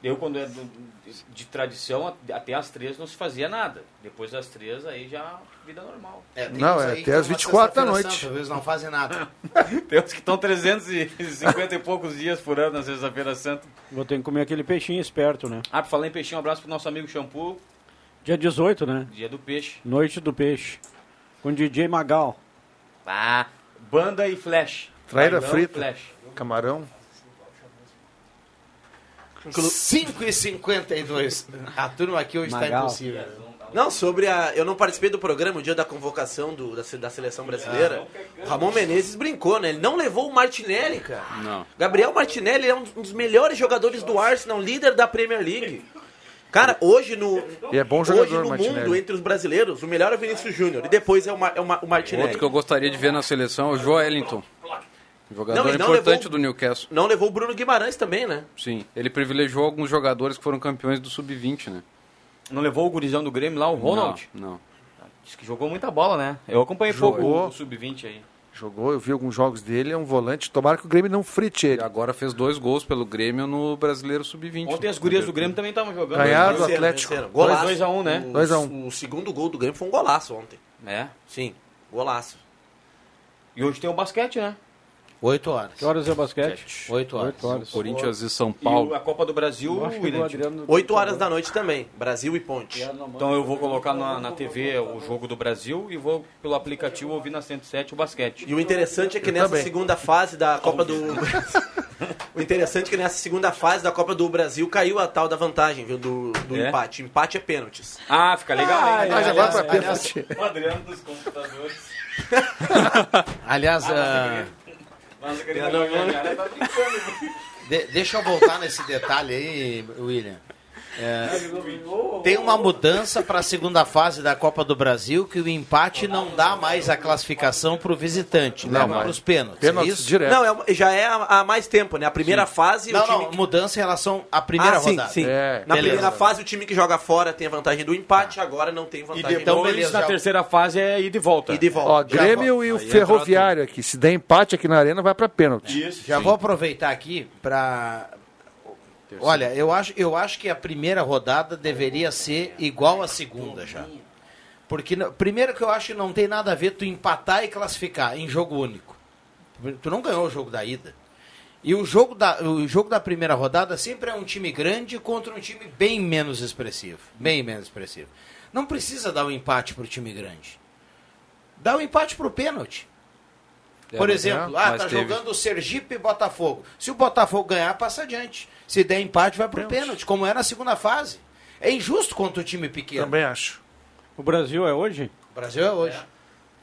[SPEAKER 16] Eu, quando era do- de, de tradição, até as três não se fazia nada. Depois das três, aí já vida normal.
[SPEAKER 3] É, tem
[SPEAKER 7] Não,
[SPEAKER 3] uns
[SPEAKER 7] é
[SPEAKER 3] aí
[SPEAKER 7] até
[SPEAKER 3] que tem
[SPEAKER 7] às
[SPEAKER 3] uma
[SPEAKER 7] 24 da
[SPEAKER 3] sexta-feira
[SPEAKER 7] noite.
[SPEAKER 3] santa, Eles não fazem nada.
[SPEAKER 16] Tem uns que estão 350 e poucos dias por ano na sexta-feira santa.
[SPEAKER 6] Vou ter que comer aquele peixinho esperto, né?
[SPEAKER 16] Ah, pra falar em peixinho, um abraço pro nosso amigo Shampoo,
[SPEAKER 6] Dia 18, né?
[SPEAKER 16] dia do peixe.
[SPEAKER 6] Noite do Peixe. Com DJ Magal.
[SPEAKER 16] Ah, banda e flash.
[SPEAKER 7] Traíra
[SPEAKER 3] Bailão,
[SPEAKER 7] frita.
[SPEAKER 3] flash.
[SPEAKER 7] Camarão.
[SPEAKER 3] 5 e 52. A turma aqui hoje está
[SPEAKER 11] Magal.
[SPEAKER 3] impossível.
[SPEAKER 11] tá Não, sobre a. Eu não participei do programa o dia da convocação do- da, se- da seleção brasileira. O Ramon Menezes brincou, né? Ele não levou o Martinelli, cara.
[SPEAKER 5] Não.
[SPEAKER 11] Gabriel Martinelli é um dos- um dos melhores jogadores do Arsenal, líder da Premier League. Cara, hoje no.
[SPEAKER 7] E é bom
[SPEAKER 11] hoje
[SPEAKER 7] jogador,
[SPEAKER 11] no
[SPEAKER 7] Martinelli.
[SPEAKER 11] mundo, entre os brasileiros, o melhor é o Vinícius Júnior. E depois é o, Ma- é o Ma- o Martinelli.
[SPEAKER 5] Outro que eu gostaria de ver na seleção é o Joelinton. Jogador
[SPEAKER 11] Não, e não
[SPEAKER 5] importante
[SPEAKER 11] levou-
[SPEAKER 5] do Newcastle.
[SPEAKER 11] Não levou o Bruno Guimarães também, né?
[SPEAKER 5] Sim. Ele privilegiou alguns jogadores que foram campeões do Sub-20, né?
[SPEAKER 8] Não levou o gurizão do Grêmio lá, o Ronald?
[SPEAKER 5] Não. não.
[SPEAKER 8] Diz que jogou muita bola, né? Eu acompanhei pouco
[SPEAKER 7] Jogou.
[SPEAKER 8] o Sub-20 aí.
[SPEAKER 7] Jogou, eu vi alguns jogos dele, é um volante. Tomara que o Grêmio não frite ele.
[SPEAKER 5] Agora fez dois gols pelo Grêmio no Brasileiro Sub-20.
[SPEAKER 8] Ontem as gurias do Grêmio também estavam jogando. né?
[SPEAKER 7] Ganharam Ah, do
[SPEAKER 8] Venceram,
[SPEAKER 7] Atlético.
[SPEAKER 8] venceram.
[SPEAKER 11] Golaço.
[SPEAKER 8] Dois, 2x1, né?
[SPEAKER 11] O-
[SPEAKER 7] 2 a 1.
[SPEAKER 11] O segundo gol do Grêmio foi um golaço ontem.
[SPEAKER 8] É?
[SPEAKER 11] Sim, golaço.
[SPEAKER 8] E hoje tem o basquete, né?
[SPEAKER 3] 8 horas.
[SPEAKER 6] Que horas é o basquete?
[SPEAKER 3] 8
[SPEAKER 11] horas.
[SPEAKER 5] Corinthians e São
[SPEAKER 8] E o- a Copa do Brasil,
[SPEAKER 11] Eu acho que
[SPEAKER 8] William,
[SPEAKER 11] o Adriano- 8 horas da noite também. Brasil e Ponte.
[SPEAKER 8] Então eu vou colocar na, na TV o jogo do Brasil e vou pelo aplicativo ouvir na 107 o basquete.
[SPEAKER 11] E o interessante é que nessa segunda fase da Copa do. o interessante é que nessa segunda fase da Copa do Brasil caiu a tal da vantagem, viu? Do, do
[SPEAKER 8] É?
[SPEAKER 11] empate. Empate é pênaltis.
[SPEAKER 8] Ah, fica legal, hein?
[SPEAKER 11] Mas agora pra pênalti.
[SPEAKER 16] O Adriano dos computadores.
[SPEAKER 3] Aliás, ah,
[SPEAKER 16] Mas o
[SPEAKER 3] Eu não-
[SPEAKER 16] Grêmio cara tá brincando.
[SPEAKER 3] de- É, deixa eu voltar nesse detalhe aí, William. É, tem uma mudança para a segunda fase da Copa do Brasil que o empate não dá mais a classificação para o visitante, não,
[SPEAKER 11] Não,
[SPEAKER 3] para
[SPEAKER 11] mas-
[SPEAKER 3] os pênaltis. é isso?
[SPEAKER 11] Não, é uma- já é há há mais tempo, né? A primeira fase.
[SPEAKER 3] Não,
[SPEAKER 11] o time
[SPEAKER 3] não, mudança em relação à primeira
[SPEAKER 11] Ah, sim,
[SPEAKER 3] rodada.
[SPEAKER 11] sim. Na primeira fase, o time que joga fora tem a vantagem do empate, agora não tem vantagem
[SPEAKER 8] Então,
[SPEAKER 11] do
[SPEAKER 8] beleza, na terceira fase é ida e volta.
[SPEAKER 11] Ida e volta.
[SPEAKER 7] Ó, Grêmio e o Ferroviário aqui. Se der empate aqui na arena, vai pra pênalti.
[SPEAKER 3] Já vou aproveitar aqui para. Olha, eu acho, eu acho que a primeira rodada deveria ser igual à segunda já. Porque, na- primeiro, que eu acho que não tem nada a ver tu empatar e classificar em jogo único. Tu não ganhou o jogo da ida. E o jogo da, o jogo da primeira rodada sempre é um time grande contra um time bem menos expressivo. Bem menos expressivo. Não precisa dar um empate pro time grande. Dá um empate pro pênalti.
[SPEAKER 5] É,
[SPEAKER 3] Por
[SPEAKER 5] mas-
[SPEAKER 3] exemplo,
[SPEAKER 5] é,
[SPEAKER 3] ah,
[SPEAKER 5] mas
[SPEAKER 3] tá
[SPEAKER 5] teve-
[SPEAKER 3] jogando o Sergipe e Botafogo. Se o Botafogo ganhar, passa adiante. Se der empate, vai pro pênalti, como é na segunda fase. É injusto contra o time pequeno.
[SPEAKER 7] Também acho.
[SPEAKER 6] O Brasil é hoje?
[SPEAKER 3] O Brasil é hoje.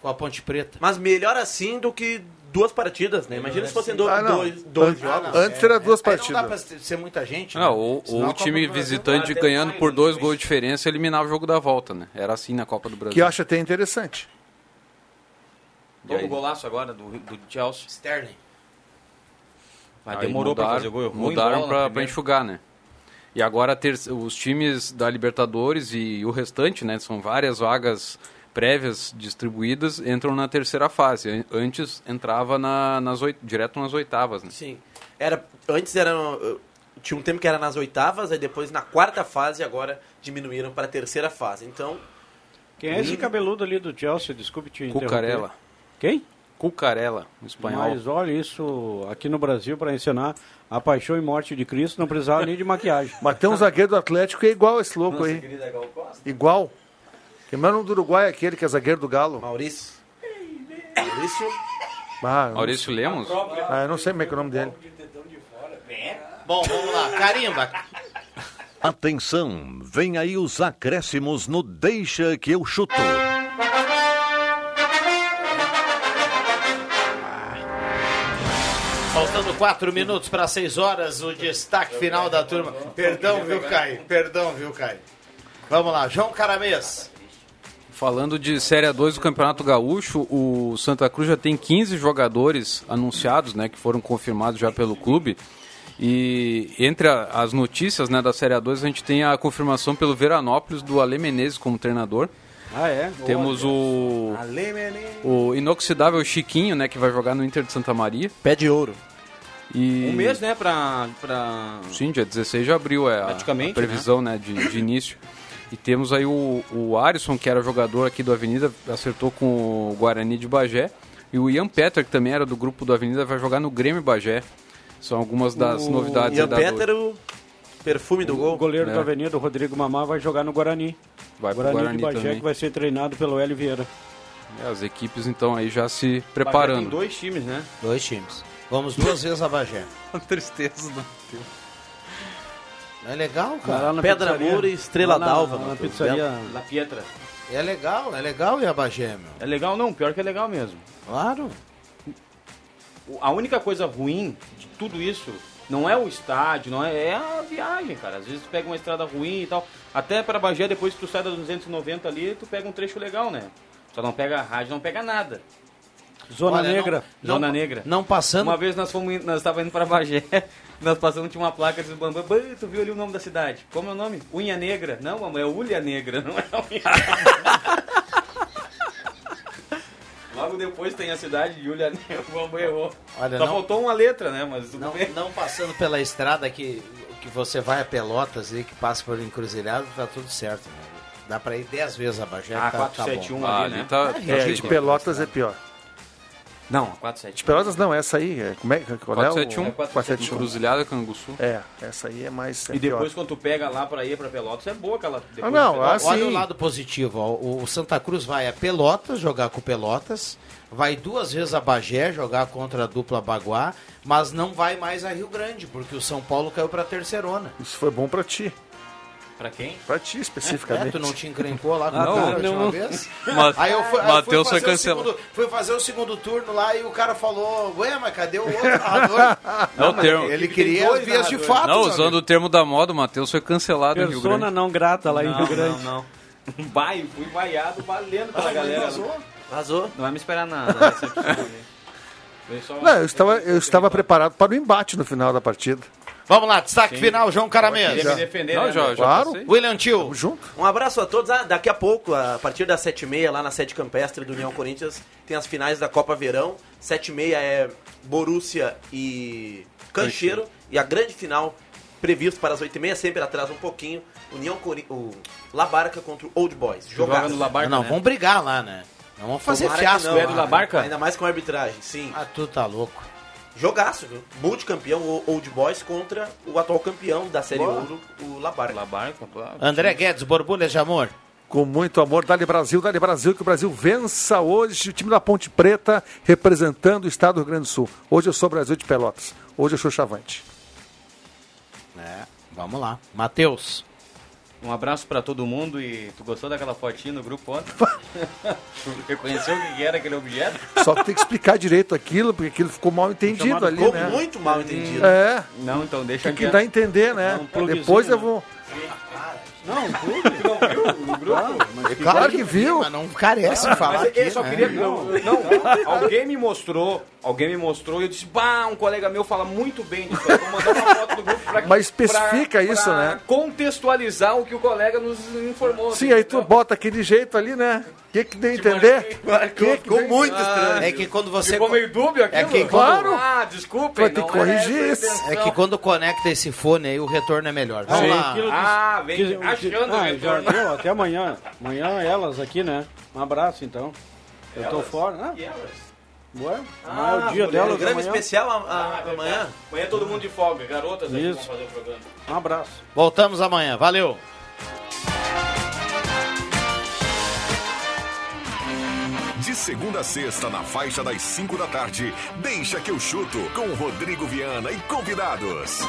[SPEAKER 3] Com a Ponte Preta.
[SPEAKER 11] Mas melhor assim do que duas partidas, né? Imagina se fossem do-
[SPEAKER 3] Ah, não.
[SPEAKER 11] dois, dois jogos.
[SPEAKER 7] Antes era duas
[SPEAKER 3] Aí
[SPEAKER 7] partidas.
[SPEAKER 3] É, Não dá pra ser muita gente. né?
[SPEAKER 5] Não, ou,
[SPEAKER 3] Senão
[SPEAKER 5] ou
[SPEAKER 3] a
[SPEAKER 5] o
[SPEAKER 3] Copa
[SPEAKER 5] time
[SPEAKER 3] do Brasil-
[SPEAKER 5] visitante ganhando por dois gols de diferença eliminava o jogo da volta, né? Era assim na Copa do Brasil.
[SPEAKER 7] Que eu acho até interessante.
[SPEAKER 5] E aí?
[SPEAKER 8] Logo o golaço agora do, do Chelsea.
[SPEAKER 3] Sterling.
[SPEAKER 8] Mas
[SPEAKER 5] Aí
[SPEAKER 8] demorou
[SPEAKER 5] mudaram-
[SPEAKER 8] pra fazer o gol. errou em
[SPEAKER 5] Mudaram
[SPEAKER 8] bola
[SPEAKER 5] pra-
[SPEAKER 8] na
[SPEAKER 5] pra
[SPEAKER 8] primeira.
[SPEAKER 5] enxugar, né? E agora a terce- os times da Libertadores e o restante, né? São várias vagas prévias distribuídas, entram na terceira fase. An- Antes entrava na, nas oit- direto nas oitavas, né?
[SPEAKER 11] Sim. Era, antes era. uh, Tinha um tempo que era nas oitavas, aí depois na quarta fase, agora diminuíram para a terceira fase. Então.
[SPEAKER 6] Quem é esse cabeludo ali do Chelsea? Desculpe te interromper.
[SPEAKER 5] Cucarella.
[SPEAKER 6] Quem?
[SPEAKER 5] Cucarella, um espanhol.
[SPEAKER 6] Mas olha isso, aqui no Brasil, para ensinar a paixão e morte de Cristo, não precisava nem de maquiagem.
[SPEAKER 7] Mas tem um zagueiro do Atlético que é igual esse louco aí.
[SPEAKER 8] é
[SPEAKER 7] Igual. Quem mais é o nome do Uruguai é aquele que é zagueiro do Galo?
[SPEAKER 11] Maurício. Maurício.
[SPEAKER 7] Ah, eu não
[SPEAKER 5] Maurício
[SPEAKER 7] sei.
[SPEAKER 5] Lemos?
[SPEAKER 7] Ah, eu não sei como é que é o nome dele.
[SPEAKER 3] Bom, vamos lá. Carimba.
[SPEAKER 2] Atenção, vem aí os acréscimos no Deixa que eu chuto.
[SPEAKER 3] Faltando 4 minutos para 6 horas, o destaque final da turma. Perdão, viu, Caio? Perdão, viu, Caio? Vamos lá. João Caramês.
[SPEAKER 5] Falando de Série 2 do Campeonato Gaúcho, o Santa Cruz já tem 15 jogadores anunciados, né, que foram confirmados já pelo clube. E entre a- as notícias né, da Série 2, a gente tem a confirmação pelo Veranópolis do Ale Menezes como treinador.
[SPEAKER 6] Ah, é?
[SPEAKER 5] Temos o, o inoxidável Chiquinho, né, que vai jogar no Inter de Santa Maria.
[SPEAKER 11] Pé de ouro.
[SPEAKER 5] E...
[SPEAKER 8] Um mês, né, pra... pra...
[SPEAKER 5] Sim, dia 16 de abril é a,
[SPEAKER 8] Praticamente,
[SPEAKER 5] a previsão né? de, de início. E temos aí o, o Arisson, que era jogador aqui do Avenida, acertou com o Guarani de Bagé. E o Ian Petter, que também era do grupo do Avenida, vai jogar no Grêmio Bagé. São algumas das novidades
[SPEAKER 11] Ian
[SPEAKER 5] aí da noite.
[SPEAKER 11] Petter, o perfume do gol.
[SPEAKER 6] O goleiro
[SPEAKER 5] É.
[SPEAKER 6] da Avenida, o Rodrigo Mamá, vai jogar no Guarani.
[SPEAKER 5] Vai pro
[SPEAKER 6] Guarani,
[SPEAKER 5] Guarani
[SPEAKER 6] de Bagé,
[SPEAKER 5] também.
[SPEAKER 6] que vai ser treinado pelo Hélio Vieira.
[SPEAKER 5] É, as equipes então aí já se preparando.
[SPEAKER 8] Tem dois times, né?
[SPEAKER 3] Dois times. Vamos duas vezes a Bagé.
[SPEAKER 5] A tristeza do teu.
[SPEAKER 3] Não é legal,
[SPEAKER 11] Lá
[SPEAKER 3] cara.
[SPEAKER 11] na Pedra pizzaria. Moura e Estrela Lá na- d'Alva, na
[SPEAKER 3] Na
[SPEAKER 11] Matheus. pizzaria-
[SPEAKER 8] La Pietra.
[SPEAKER 3] É legal, é legal ir a Bagé, meu.
[SPEAKER 8] É legal não, pior que é legal mesmo.
[SPEAKER 3] Claro.
[SPEAKER 8] A única coisa ruim de tudo isso não é o estádio, não é, é a viagem, cara. Às vezes tu pega uma estrada ruim e tal. Até para Bagé, depois que tu sai da 290 ali, tu pega um trecho legal, né? Só não pega rádio, não pega nada.
[SPEAKER 6] Zona
[SPEAKER 8] Olha, não-
[SPEAKER 6] Negra.
[SPEAKER 8] Zona Negra.
[SPEAKER 3] Não passando.
[SPEAKER 8] Uma vez nós fomos, in- nós estávamos indo para Bagé, nós passamos, tinha uma placa de Bambam, "Bã, tu viu ali o nome da cidade? Como é o nome? Unha Negra. Não, mamãe, é Ulha Negra, não é Unha Logo depois tem a cidade de Ulha Negra, o Bambam errou.
[SPEAKER 3] Olha,
[SPEAKER 8] Só
[SPEAKER 3] não-
[SPEAKER 8] faltou uma letra, né, mas tudo
[SPEAKER 3] não,
[SPEAKER 8] bem.
[SPEAKER 3] não passando pela estrada que, que você vai a Pelotas e que passa por Encruzilhado, tá tudo certo. né? Dá pra ir 10 vezes a Bagé.
[SPEAKER 8] Ah,
[SPEAKER 3] tá,
[SPEAKER 8] 471
[SPEAKER 3] tá bom.
[SPEAKER 8] ali, Ah, né? ali tá-
[SPEAKER 3] Ah,
[SPEAKER 8] É,
[SPEAKER 7] a gente,
[SPEAKER 8] então.
[SPEAKER 7] Pelotas é pior.
[SPEAKER 8] Não, 47.
[SPEAKER 7] De Pelotas não, essa aí. É, como é, qual é o-
[SPEAKER 5] 471,
[SPEAKER 7] 471.
[SPEAKER 5] Encruzilhada, Canguçu.
[SPEAKER 7] É, essa aí é mais. é
[SPEAKER 8] E depois
[SPEAKER 7] pior. Ah,
[SPEAKER 8] quando tu pega lá pra ir pra Pelotas, é boa aquela...
[SPEAKER 3] Ah,
[SPEAKER 8] depois
[SPEAKER 7] não, assim,
[SPEAKER 8] tu-
[SPEAKER 7] lá
[SPEAKER 11] Ah,
[SPEAKER 8] Olha
[SPEAKER 3] Olha
[SPEAKER 8] o
[SPEAKER 3] o
[SPEAKER 8] lado
[SPEAKER 3] lado positivo. ó. O o Santa Cruz vai a Pelotas jogar com o Pelotas, vai duas vezes a Bagé jogar contra a dupla Baguá, mas não vai mais a Rio Grande, porque o São Paulo caiu pra terceirona.
[SPEAKER 7] Isso foi bom pra ti.
[SPEAKER 8] Pra quem?
[SPEAKER 7] Pra ti especificamente.
[SPEAKER 3] É, tu não te encrencou lá com
[SPEAKER 7] Ah,
[SPEAKER 3] o cara
[SPEAKER 7] não,
[SPEAKER 3] a última
[SPEAKER 7] não.
[SPEAKER 3] vez?
[SPEAKER 7] Mas-
[SPEAKER 3] aí eu fui, aí eu fui
[SPEAKER 7] Mateus foi
[SPEAKER 3] fazer o
[SPEAKER 7] cancelado.
[SPEAKER 3] segundo- Fui fazer o segundo turno lá e o cara falou, ué, mas cadê o outro narrador?
[SPEAKER 5] Não, o
[SPEAKER 3] mas
[SPEAKER 5] termo.
[SPEAKER 3] Ele queria as vias de fato.
[SPEAKER 5] Não,
[SPEAKER 3] meu
[SPEAKER 5] usando o termo da moda, o Matheus foi
[SPEAKER 8] Tá
[SPEAKER 5] cancelado em Rio
[SPEAKER 6] Persona
[SPEAKER 5] Grande.
[SPEAKER 6] não grata lá em
[SPEAKER 8] Não,
[SPEAKER 6] Rio Grande.
[SPEAKER 8] Não, não. Vai, fui vaiado, valendo pela galera. Vazou?
[SPEAKER 11] Vazou?
[SPEAKER 8] Não vai me esperar nada. né? Essa opção, né? Vem só-
[SPEAKER 7] Não, eu estava, eu estava preparado para o amigo. no final da partida.
[SPEAKER 9] Vamos lá, destaque
[SPEAKER 11] Sim.
[SPEAKER 9] final, João Caramês.
[SPEAKER 11] Queria me defender,
[SPEAKER 8] é,
[SPEAKER 9] Não,
[SPEAKER 11] né,
[SPEAKER 9] já-
[SPEAKER 11] meu?
[SPEAKER 9] já Claro. passei. William Tio.
[SPEAKER 7] Tamo junto.
[SPEAKER 11] Um abraço a todos. Ah, daqui a pouco, a partir das 7h30, lá na sede campestre do União Corinthians, tem as finais da Copa Verão. 7h30 é Borussia e Cancheiro. E a grande final, previsto para as 8h30, sempre atrasa um pouquinho, União Cori o Labarca contra o Old Boys. Jogaço.
[SPEAKER 3] Não, vamos brigar lá, né? Não vamos fazer
[SPEAKER 11] Tomara que
[SPEAKER 3] fiasco.
[SPEAKER 11] não,
[SPEAKER 3] lá,
[SPEAKER 11] né?
[SPEAKER 3] né?
[SPEAKER 11] Ainda mais com arbitragem, sim.
[SPEAKER 3] Ah, tu tá louco.
[SPEAKER 11] Jogaço, viu? Multicampeão, o Old Boys contra o atual campeão da Série
[SPEAKER 3] Boa.
[SPEAKER 11] Ouro, o Labarca.
[SPEAKER 8] Labarca, claro.
[SPEAKER 3] André Guedes, borbulhas de amor.
[SPEAKER 7] Com muito amor, dá-lhe Brasil, dá-lhe Brasil, que o Brasil vença hoje o time da Ponte Preta, representando o estado do Rio Grande do Sul. Hoje eu sou Brasil de Pelotas. Hoje eu sou Chavante.
[SPEAKER 3] É, vamos lá. Matheus.
[SPEAKER 8] Um abraço pra todo mundo e tu gostou daquela fotinha no grupo ontem? Reconheceu o que que era aquele objeto?
[SPEAKER 7] Só que tem que explicar direito aquilo, porque aquilo ficou mal entendido
[SPEAKER 8] Chamado
[SPEAKER 7] ali,
[SPEAKER 8] ficou
[SPEAKER 7] né?
[SPEAKER 8] muito mal entendido.
[SPEAKER 7] É.
[SPEAKER 8] Não, então deixa
[SPEAKER 7] Tem que
[SPEAKER 8] quieto.
[SPEAKER 7] dar a entender, né?
[SPEAKER 8] Dá um pluguezinho,
[SPEAKER 7] Depois eu
[SPEAKER 8] né?
[SPEAKER 7] vou...
[SPEAKER 8] Não, tu não viu o grupo?
[SPEAKER 3] É um claro que viu, mas não carece de falar
[SPEAKER 8] Mas
[SPEAKER 3] aqui,
[SPEAKER 8] eu só
[SPEAKER 7] é,
[SPEAKER 3] né?
[SPEAKER 8] queria. Não, não, alguém me mostrou, alguém me mostrou e eu disse, bah, um colega meu fala muito bem disso. Eu vou mandar uma foto do grupo pra
[SPEAKER 7] Mas especifica isso,
[SPEAKER 8] pra
[SPEAKER 7] né?
[SPEAKER 8] contextualizar o que o colega nos informou.
[SPEAKER 7] Sim, aí tu bota aquele jeito ali, né? O que que deu a entender? Que que deu-
[SPEAKER 3] É que quando você.
[SPEAKER 8] Ah, Ficou meio dúbio aqui,
[SPEAKER 3] É que quando...
[SPEAKER 7] Claro.
[SPEAKER 8] Ah, desculpa.
[SPEAKER 3] Vai ter
[SPEAKER 8] não
[SPEAKER 3] que
[SPEAKER 8] era
[SPEAKER 3] corrigir
[SPEAKER 8] essa a
[SPEAKER 3] isso.
[SPEAKER 8] intenção.
[SPEAKER 3] É que quando conecta esse fone aí, o retorno é melhor. Vamos lá.
[SPEAKER 8] Ah, vem achando o
[SPEAKER 6] ah, já
[SPEAKER 8] retorno.
[SPEAKER 6] deu, até amanhã. Amanhã elas aqui, né? Um abraço então. Eu tô
[SPEAKER 8] Elas?
[SPEAKER 6] fora, né?
[SPEAKER 8] E elas?
[SPEAKER 6] Ué?
[SPEAKER 8] Ah,
[SPEAKER 6] Ah, é o dia
[SPEAKER 8] mulher,
[SPEAKER 6] delas.
[SPEAKER 8] programa
[SPEAKER 6] amanhã.
[SPEAKER 11] especial a- a-
[SPEAKER 8] Ah,
[SPEAKER 11] amanhã?
[SPEAKER 8] Amanhã todo mundo de folga, garotas aqui vão
[SPEAKER 6] Isso.
[SPEAKER 8] fazer o programa.
[SPEAKER 6] Um abraço.
[SPEAKER 3] Voltamos amanhã. Valeu.
[SPEAKER 1] De segunda a sexta, na faixa das 5 da tarde, deixa que eu chuto com Rodrigo Viana e convidados.